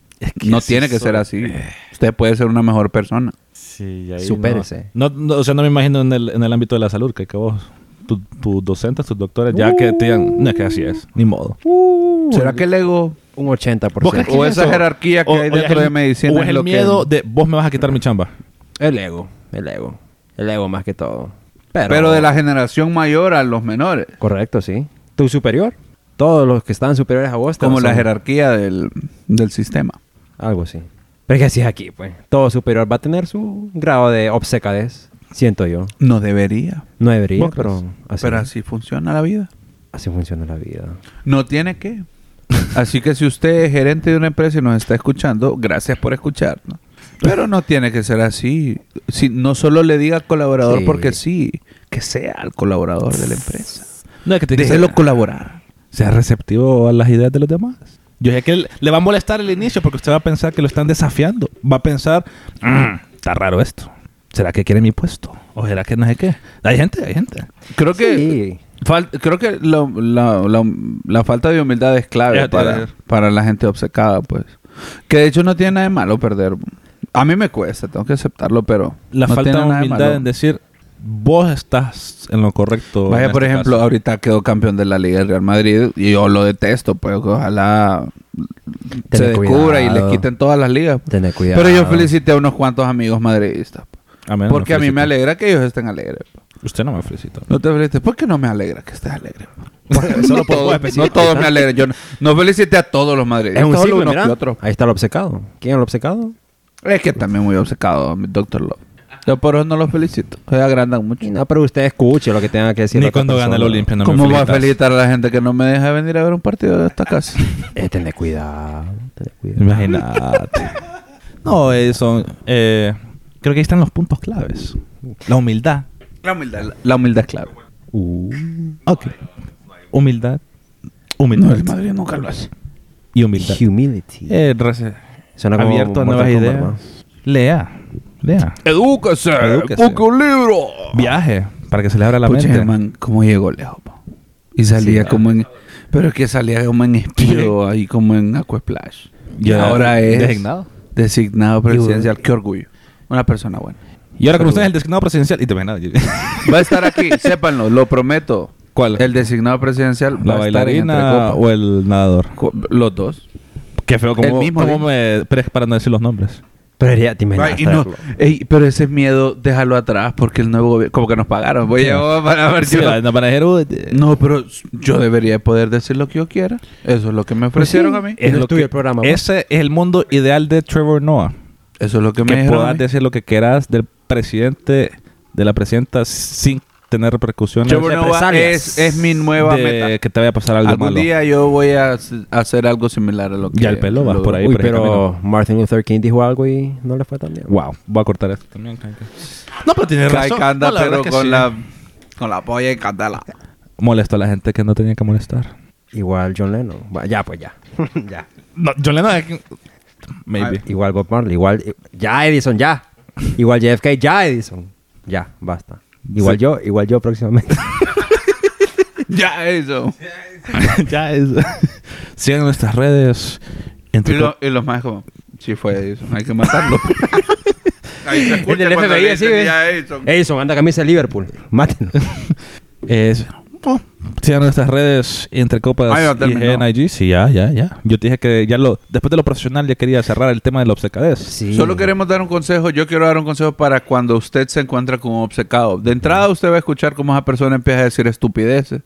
Speaker 2: no tiene que ser así. Eh. Usted puede ser una mejor persona.
Speaker 1: Sí, ahí
Speaker 5: Supérese.
Speaker 1: No, no, o sea, no me imagino en el, en el ámbito de la salud, que, que vos, tu- tus docentes, tus doctores, ya que te digan, no es que así es, ni modo.
Speaker 2: ¿Será que el ego
Speaker 5: Un 80%.
Speaker 1: ¿Vos crees que
Speaker 2: o
Speaker 1: Uh, es
Speaker 2: esa
Speaker 1: eso?
Speaker 2: jerarquía que hay
Speaker 1: es
Speaker 2: dentro
Speaker 1: el-
Speaker 2: de medicina
Speaker 1: o
Speaker 2: es
Speaker 1: es el
Speaker 2: lo que-
Speaker 1: miedo de vos me vas a quitar mi chamba.
Speaker 3: El ego. El ego. El ego más que todo. Pero,
Speaker 2: pero... de la generación mayor a los menores?
Speaker 5: Correcto, sí.
Speaker 3: Tu superior. Todos los que están superiores a vos. te
Speaker 2: Como la
Speaker 3: son-
Speaker 2: jerarquía del, del sistema.
Speaker 3: Algo así.
Speaker 5: Pero es que así es aquí, pues.
Speaker 3: Todo superior va a tener su grado de obsecadez. Siento yo.
Speaker 2: No debería.
Speaker 3: No debería,
Speaker 1: ¿Vos crees?
Speaker 3: pero así,
Speaker 2: Pero así funciona la vida.
Speaker 3: así funciona la vida.
Speaker 2: No tiene que. Así que si usted es gerente de una empresa y nos está escuchando, gracias por escucharnos. Pero no tiene que ser así. Si, no solo le diga al colaborador
Speaker 5: Sí.
Speaker 2: porque sí, que sea el colaborador de la empresa.
Speaker 1: No es que te
Speaker 2: Déjelo colaborar.
Speaker 1: sea receptivo a las ideas de los demás. Yo sé que le va a molestar el inicio porque usted va a pensar que lo están desafiando. Va a pensar, "Mm, está raro esto. ¿Será que quiere mi puesto? ¿O será que no sé qué? Hay gente, hay gente.
Speaker 2: Creo que,
Speaker 5: Sí.
Speaker 2: fal- creo que la, la- la- la falta de humildad es clave
Speaker 1: Ya te iba a
Speaker 2: para,
Speaker 1: decir.
Speaker 2: para la gente obcecada, pues. Que de hecho no tiene nada de malo perder. A mí me cuesta, tengo que aceptarlo, pero
Speaker 1: La
Speaker 2: no
Speaker 1: falta
Speaker 2: tiene
Speaker 1: de
Speaker 2: nada
Speaker 1: humildad
Speaker 2: malo.
Speaker 1: en decir, vos estás en lo correcto.
Speaker 2: Vaya,
Speaker 1: en
Speaker 2: por
Speaker 1: este
Speaker 2: ejemplo,
Speaker 1: caso".
Speaker 2: ahorita quedó campeón de la Liga del Real Madrid y yo lo detesto, pues ojalá se
Speaker 5: Tener
Speaker 2: descubra y le
Speaker 5: cuidado.
Speaker 2: quiten todas las ligas. pues.
Speaker 5: Tener cuidado.
Speaker 2: Pero yo felicité a unos cuantos amigos madridistas. pues,
Speaker 1: Amén,
Speaker 2: porque
Speaker 1: lo
Speaker 2: a mí
Speaker 1: felicito.
Speaker 2: me alegra que ellos estén alegres. pues.
Speaker 1: Usted no me felicita.
Speaker 2: No te felicites. ¿Por qué no me alegra que estés alegre?
Speaker 5: Solo por
Speaker 2: no,
Speaker 5: vos
Speaker 2: todos,
Speaker 5: específico,
Speaker 2: no todos me alegran. Yo no, no felicité a todos los madridistas.
Speaker 5: Es un
Speaker 2: solo
Speaker 5: ciclo,
Speaker 2: unos
Speaker 5: mira.
Speaker 2: que otros.
Speaker 5: Ahí está el obcecado. ¿Quién es el obcecado?
Speaker 2: Es que también muy obcecado, mi Doctor Love. Yo por eso no los felicito. Se agrandan mucho.
Speaker 3: Y no, pero usted escuche lo que tenga que decir.
Speaker 1: Ni
Speaker 3: la otra
Speaker 1: cuando gana el
Speaker 3: persona.
Speaker 1: Olimpia no me
Speaker 2: ¿Cómo va a
Speaker 1: felicitas.
Speaker 2: felicitar a la gente que no me deja venir a ver un partido de esta casa?
Speaker 3: Eh, tené cuidado, tené cuidado.
Speaker 1: Imagínate. no, eh, son... eh, creo que ahí están los puntos claves. La humildad.
Speaker 2: La humildad, la, la humildad es clave.
Speaker 1: Uh. Ok. Humildad.
Speaker 2: No,
Speaker 1: Humildad.
Speaker 2: el Madrid nunca lo hace.
Speaker 1: y humildad.
Speaker 3: Humility.
Speaker 1: Eh, rece-
Speaker 3: Suena como
Speaker 1: abierto a
Speaker 3: Mortal
Speaker 1: nuevas
Speaker 3: Kombat,
Speaker 1: ideas.
Speaker 3: ¿no?
Speaker 1: Lea. Lea.
Speaker 2: ¡Edúquese!
Speaker 1: Edúquese.
Speaker 2: ¡Busque un libro!
Speaker 1: Viaje. Para que se le abra la
Speaker 2: Pucha,
Speaker 1: mente.
Speaker 2: el man, cómo llegó lejos, po. Y salía como en... Pero es que salía como en Espido, ahí como en Aquasplash. Y
Speaker 1: Ya
Speaker 2: ahora es...
Speaker 1: designado.
Speaker 2: Designado presidencial. ¡Qué orgullo! Una persona buena.
Speaker 1: Y ahora con ustedes el designado presidencial. Y te ven
Speaker 2: Va a estar aquí, sépanlo, lo prometo.
Speaker 1: ¿Cuál?
Speaker 2: El designado presidencial
Speaker 1: ¿La
Speaker 2: va a estar en
Speaker 1: bailarina
Speaker 2: Entrecopa.
Speaker 1: o el nadador?
Speaker 2: Co- Los dos.
Speaker 1: Qué feo.
Speaker 2: El
Speaker 1: ¿Cómo,
Speaker 2: mismo
Speaker 1: cómo
Speaker 2: día.
Speaker 1: me pre- para no decir los nombres?
Speaker 3: Pero ya te
Speaker 2: Ay,
Speaker 3: imaginas.
Speaker 2: y no, ey, pero ese miedo, déjalo atrás porque el nuevo gobierno... Como que nos pagaron. Voy a para ver si...
Speaker 1: Sí, la- la panajera, uh, eh,
Speaker 2: No, pero yo debería poder decir lo que yo quiera. Eso es lo que me ofrecieron a mí.
Speaker 1: Pues es
Speaker 3: no
Speaker 1: lo
Speaker 3: estuve
Speaker 1: que-
Speaker 3: el programa, ¿no?
Speaker 1: Ese es el mundo ideal de Trevor Noah.
Speaker 2: Eso es lo que me
Speaker 1: Que
Speaker 2: dijeron. a
Speaker 1: puedas
Speaker 2: mí.
Speaker 1: decir lo que quieras del presidente, de la presidenta, sin tener repercusiones.
Speaker 2: Trevor Noah
Speaker 3: represalias.
Speaker 2: es, es mi nueva
Speaker 1: de
Speaker 2: meta.
Speaker 1: que te vaya a pasar algo
Speaker 2: Algún
Speaker 1: malo.
Speaker 2: día yo voy a s- hacer algo similar a lo que...
Speaker 1: Ya el pelo vas
Speaker 2: lo-
Speaker 1: por ahí.
Speaker 3: Uy,
Speaker 1: por ese
Speaker 3: pero Martin Luther King dijo algo y no le fue tan bien.
Speaker 1: Wow, voy a cortar esto también. creo que- No, pero tiene
Speaker 2: Kai
Speaker 1: razón.
Speaker 2: Kanda,
Speaker 1: No, la verdad
Speaker 2: pero
Speaker 1: es que
Speaker 2: con
Speaker 1: sí.
Speaker 2: la... Con la polla y candela.
Speaker 1: Molestó a la gente que no tenía que molestar.
Speaker 3: Igual John Lennon. Va, ya, pues ya. ya.
Speaker 1: No, John Lennon es que- Maybe.
Speaker 3: Igual Bob Marley. Igual. eh, Ya, Edison, ya. Igual JFK, ya, Edison. Ya, basta. Igual yo, igual yo próximamente.
Speaker 2: ya, eso.
Speaker 1: ya es. Sigan nuestras redes. En
Speaker 2: Y,
Speaker 1: tu-
Speaker 2: lo- y los más como... Sí, fue eso. Hay que matarlo. Ahí se escucha
Speaker 3: El del
Speaker 2: cuando
Speaker 3: FBI,
Speaker 2: le dicen,
Speaker 3: sí, ¿ves?
Speaker 2: "Ya, Edison".
Speaker 3: Edison, anda camisa de Liverpool. Mátenlo.
Speaker 1: es- oh, sigan nuestras redes entre copas
Speaker 2: Ay, no,
Speaker 1: y
Speaker 2: terminó.
Speaker 1: GNIG. Sí, ya, ya, ya. Yo te dije que ya lo después de lo profesional ya quería cerrar el tema de la obcecadez.
Speaker 3: Sí.
Speaker 2: Solo queremos dar un consejo. Yo quiero dar un consejo para cuando usted se encuentra con un obcecado. De entrada, usted va a escuchar cómo esa persona empieza a decir estupideces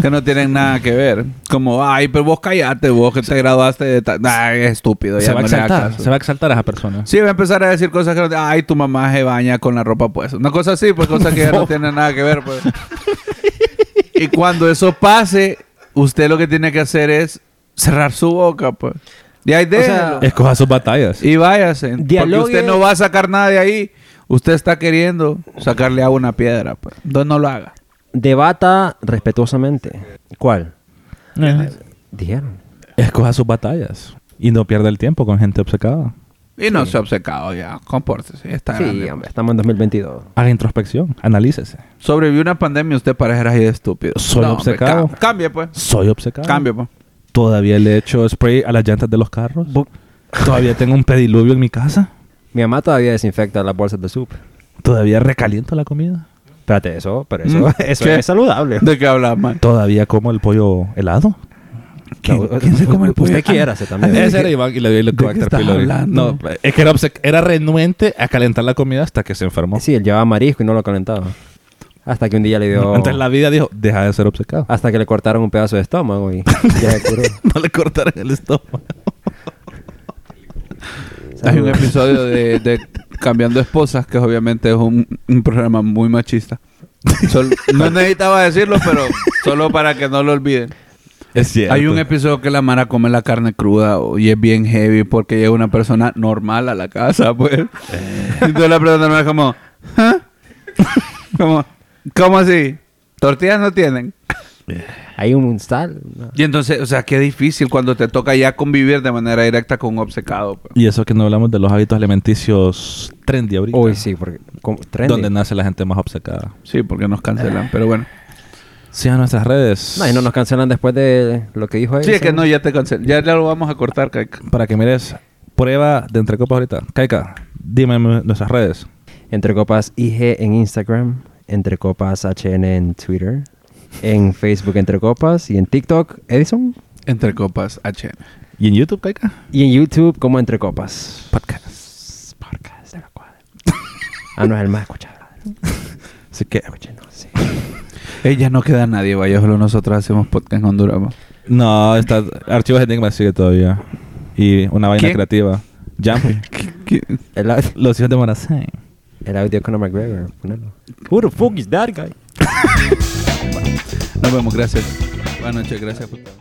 Speaker 2: que no tienen nada que ver. Como, ay, pero vos callate, vos que te graduaste de tal. Ay, es estúpido.
Speaker 1: se
Speaker 2: ya
Speaker 1: va a
Speaker 2: no le haga
Speaker 1: exaltar.
Speaker 2: caso".
Speaker 1: Se va a exaltar a esa persona.
Speaker 2: Sí, va a empezar a decir cosas que no. Ay, tu mamá se baña con la ropa puesta. Una cosa así, pues cosas que ya no tienen nada que ver. Pues. y cuando eso pase, usted lo que tiene que hacer es cerrar su boca, pues. Y ahí déjalo.
Speaker 1: Escoja sus batallas.
Speaker 2: Y váyase.
Speaker 3: Dialogue.
Speaker 2: Porque usted no va a sacar nada de ahí. Usted está queriendo sacarle agua a una piedra. Pues. Entonces no lo haga.
Speaker 3: Debata respetuosamente. ¿Cuál?
Speaker 1: Ajá.
Speaker 3: Dijeron.
Speaker 1: Escoja sus batallas. Y no pierda el tiempo con gente obcecada.
Speaker 2: Y no se ha obcecado ya. Compórtese. ya Está
Speaker 3: Sí,
Speaker 2: grande.
Speaker 3: hombre, estamos en 2022.
Speaker 1: Haga introspección. Analícese.
Speaker 2: Sobrevivió una pandemia y usted parecerá así de estúpido.
Speaker 1: Soy
Speaker 2: hombre,
Speaker 1: obcecado.
Speaker 2: ca- cambie, pues.
Speaker 1: Soy obcecado.
Speaker 2: Cambie, pues.
Speaker 1: Todavía le echo spray a las llantas de los carros.
Speaker 3: Bu-
Speaker 1: Todavía tengo un pediluvio en mi casa.
Speaker 3: Mi mamá todavía desinfecta las bolsas de soup.
Speaker 1: Todavía recaliento la comida.
Speaker 3: Espérate, eso, pero
Speaker 2: Mm.
Speaker 3: eso, eso
Speaker 2: ¿Qué?
Speaker 3: es saludable.
Speaker 2: ¿De qué hablas, man?
Speaker 1: Todavía como el pollo helado.
Speaker 3: ¿Quién, se come el Usted quiérase también.
Speaker 1: Ese era Iván y le dio el
Speaker 2: qué estás hablando?
Speaker 1: No, es que era, obce- era renuente a calentar la comida hasta que se enfermó.
Speaker 3: Sí, él llevaba marisco y no lo calentaba. Hasta que un día le dio...
Speaker 1: Entonces la vida dijo, deja de ser obcecado.
Speaker 3: Hasta que le cortaron un pedazo de estómago y ya se curó.
Speaker 1: No le cortaron el estómago.
Speaker 2: Hay un episodio de, de Cambiando Esposas, que obviamente es un, un programa muy machista. Sol- no necesitaba decirlo, pero solo para que no lo olviden.
Speaker 1: Es cierto.
Speaker 2: Hay un episodio que la Mara come la carne cruda o- y es bien heavy porque llega una persona normal a la casa, pues. Y entonces la persona normal es como, ¿ah? como, ¿cómo así? Tortillas no tienen.
Speaker 3: Hay un sal. no.
Speaker 2: Y entonces, o sea, qué difícil cuando te toca ya convivir de manera directa con un obcecado. pues.
Speaker 1: Y eso que no hablamos de los hábitos alimenticios trendy ahorita.
Speaker 3: Uy, sí, porque... como- trendy.
Speaker 1: Donde nace la gente más obcecada.
Speaker 2: Sí, porque nos cancelan, pero bueno.
Speaker 1: Sigan nuestras redes.
Speaker 3: No, y no nos cancelan después de lo que dijo él.
Speaker 2: Sí, es que no, ya te cancelan. Ya, ya lo vamos a cortar, Caica.
Speaker 1: Para que mires prueba de entre copas ahorita. Kaika, dime mu- nuestras redes.
Speaker 3: Entre Copas IG en Instagram, Entre Copas HN en Twitter, en Facebook Entre Copas y en TikTok Edison
Speaker 2: Entre copas, H.
Speaker 1: ¿Y en YouTube, Kaika?
Speaker 3: y en YouTube como Entre Copas.
Speaker 1: Podcast.
Speaker 3: Podcast de la cuadra. ah, no es el más escuchado.
Speaker 1: Así que,
Speaker 3: No, sí.
Speaker 2: Ella no queda nadie, vaya, solo nosotros hacemos podcast en Honduras. pues.
Speaker 1: no, está, Archivos Enigma sigue todavía. Y una vaina
Speaker 2: ¿Quién?
Speaker 1: creativa. Jumpy.
Speaker 2: ¿Qui-
Speaker 3: El, au-
Speaker 6: Los hijos de Morazán.
Speaker 3: el audio de Conor McGregor, ponelo.
Speaker 1: Who the fuck is that guy?
Speaker 2: Nos vemos, gracias. Buenas noches, gracias. puta.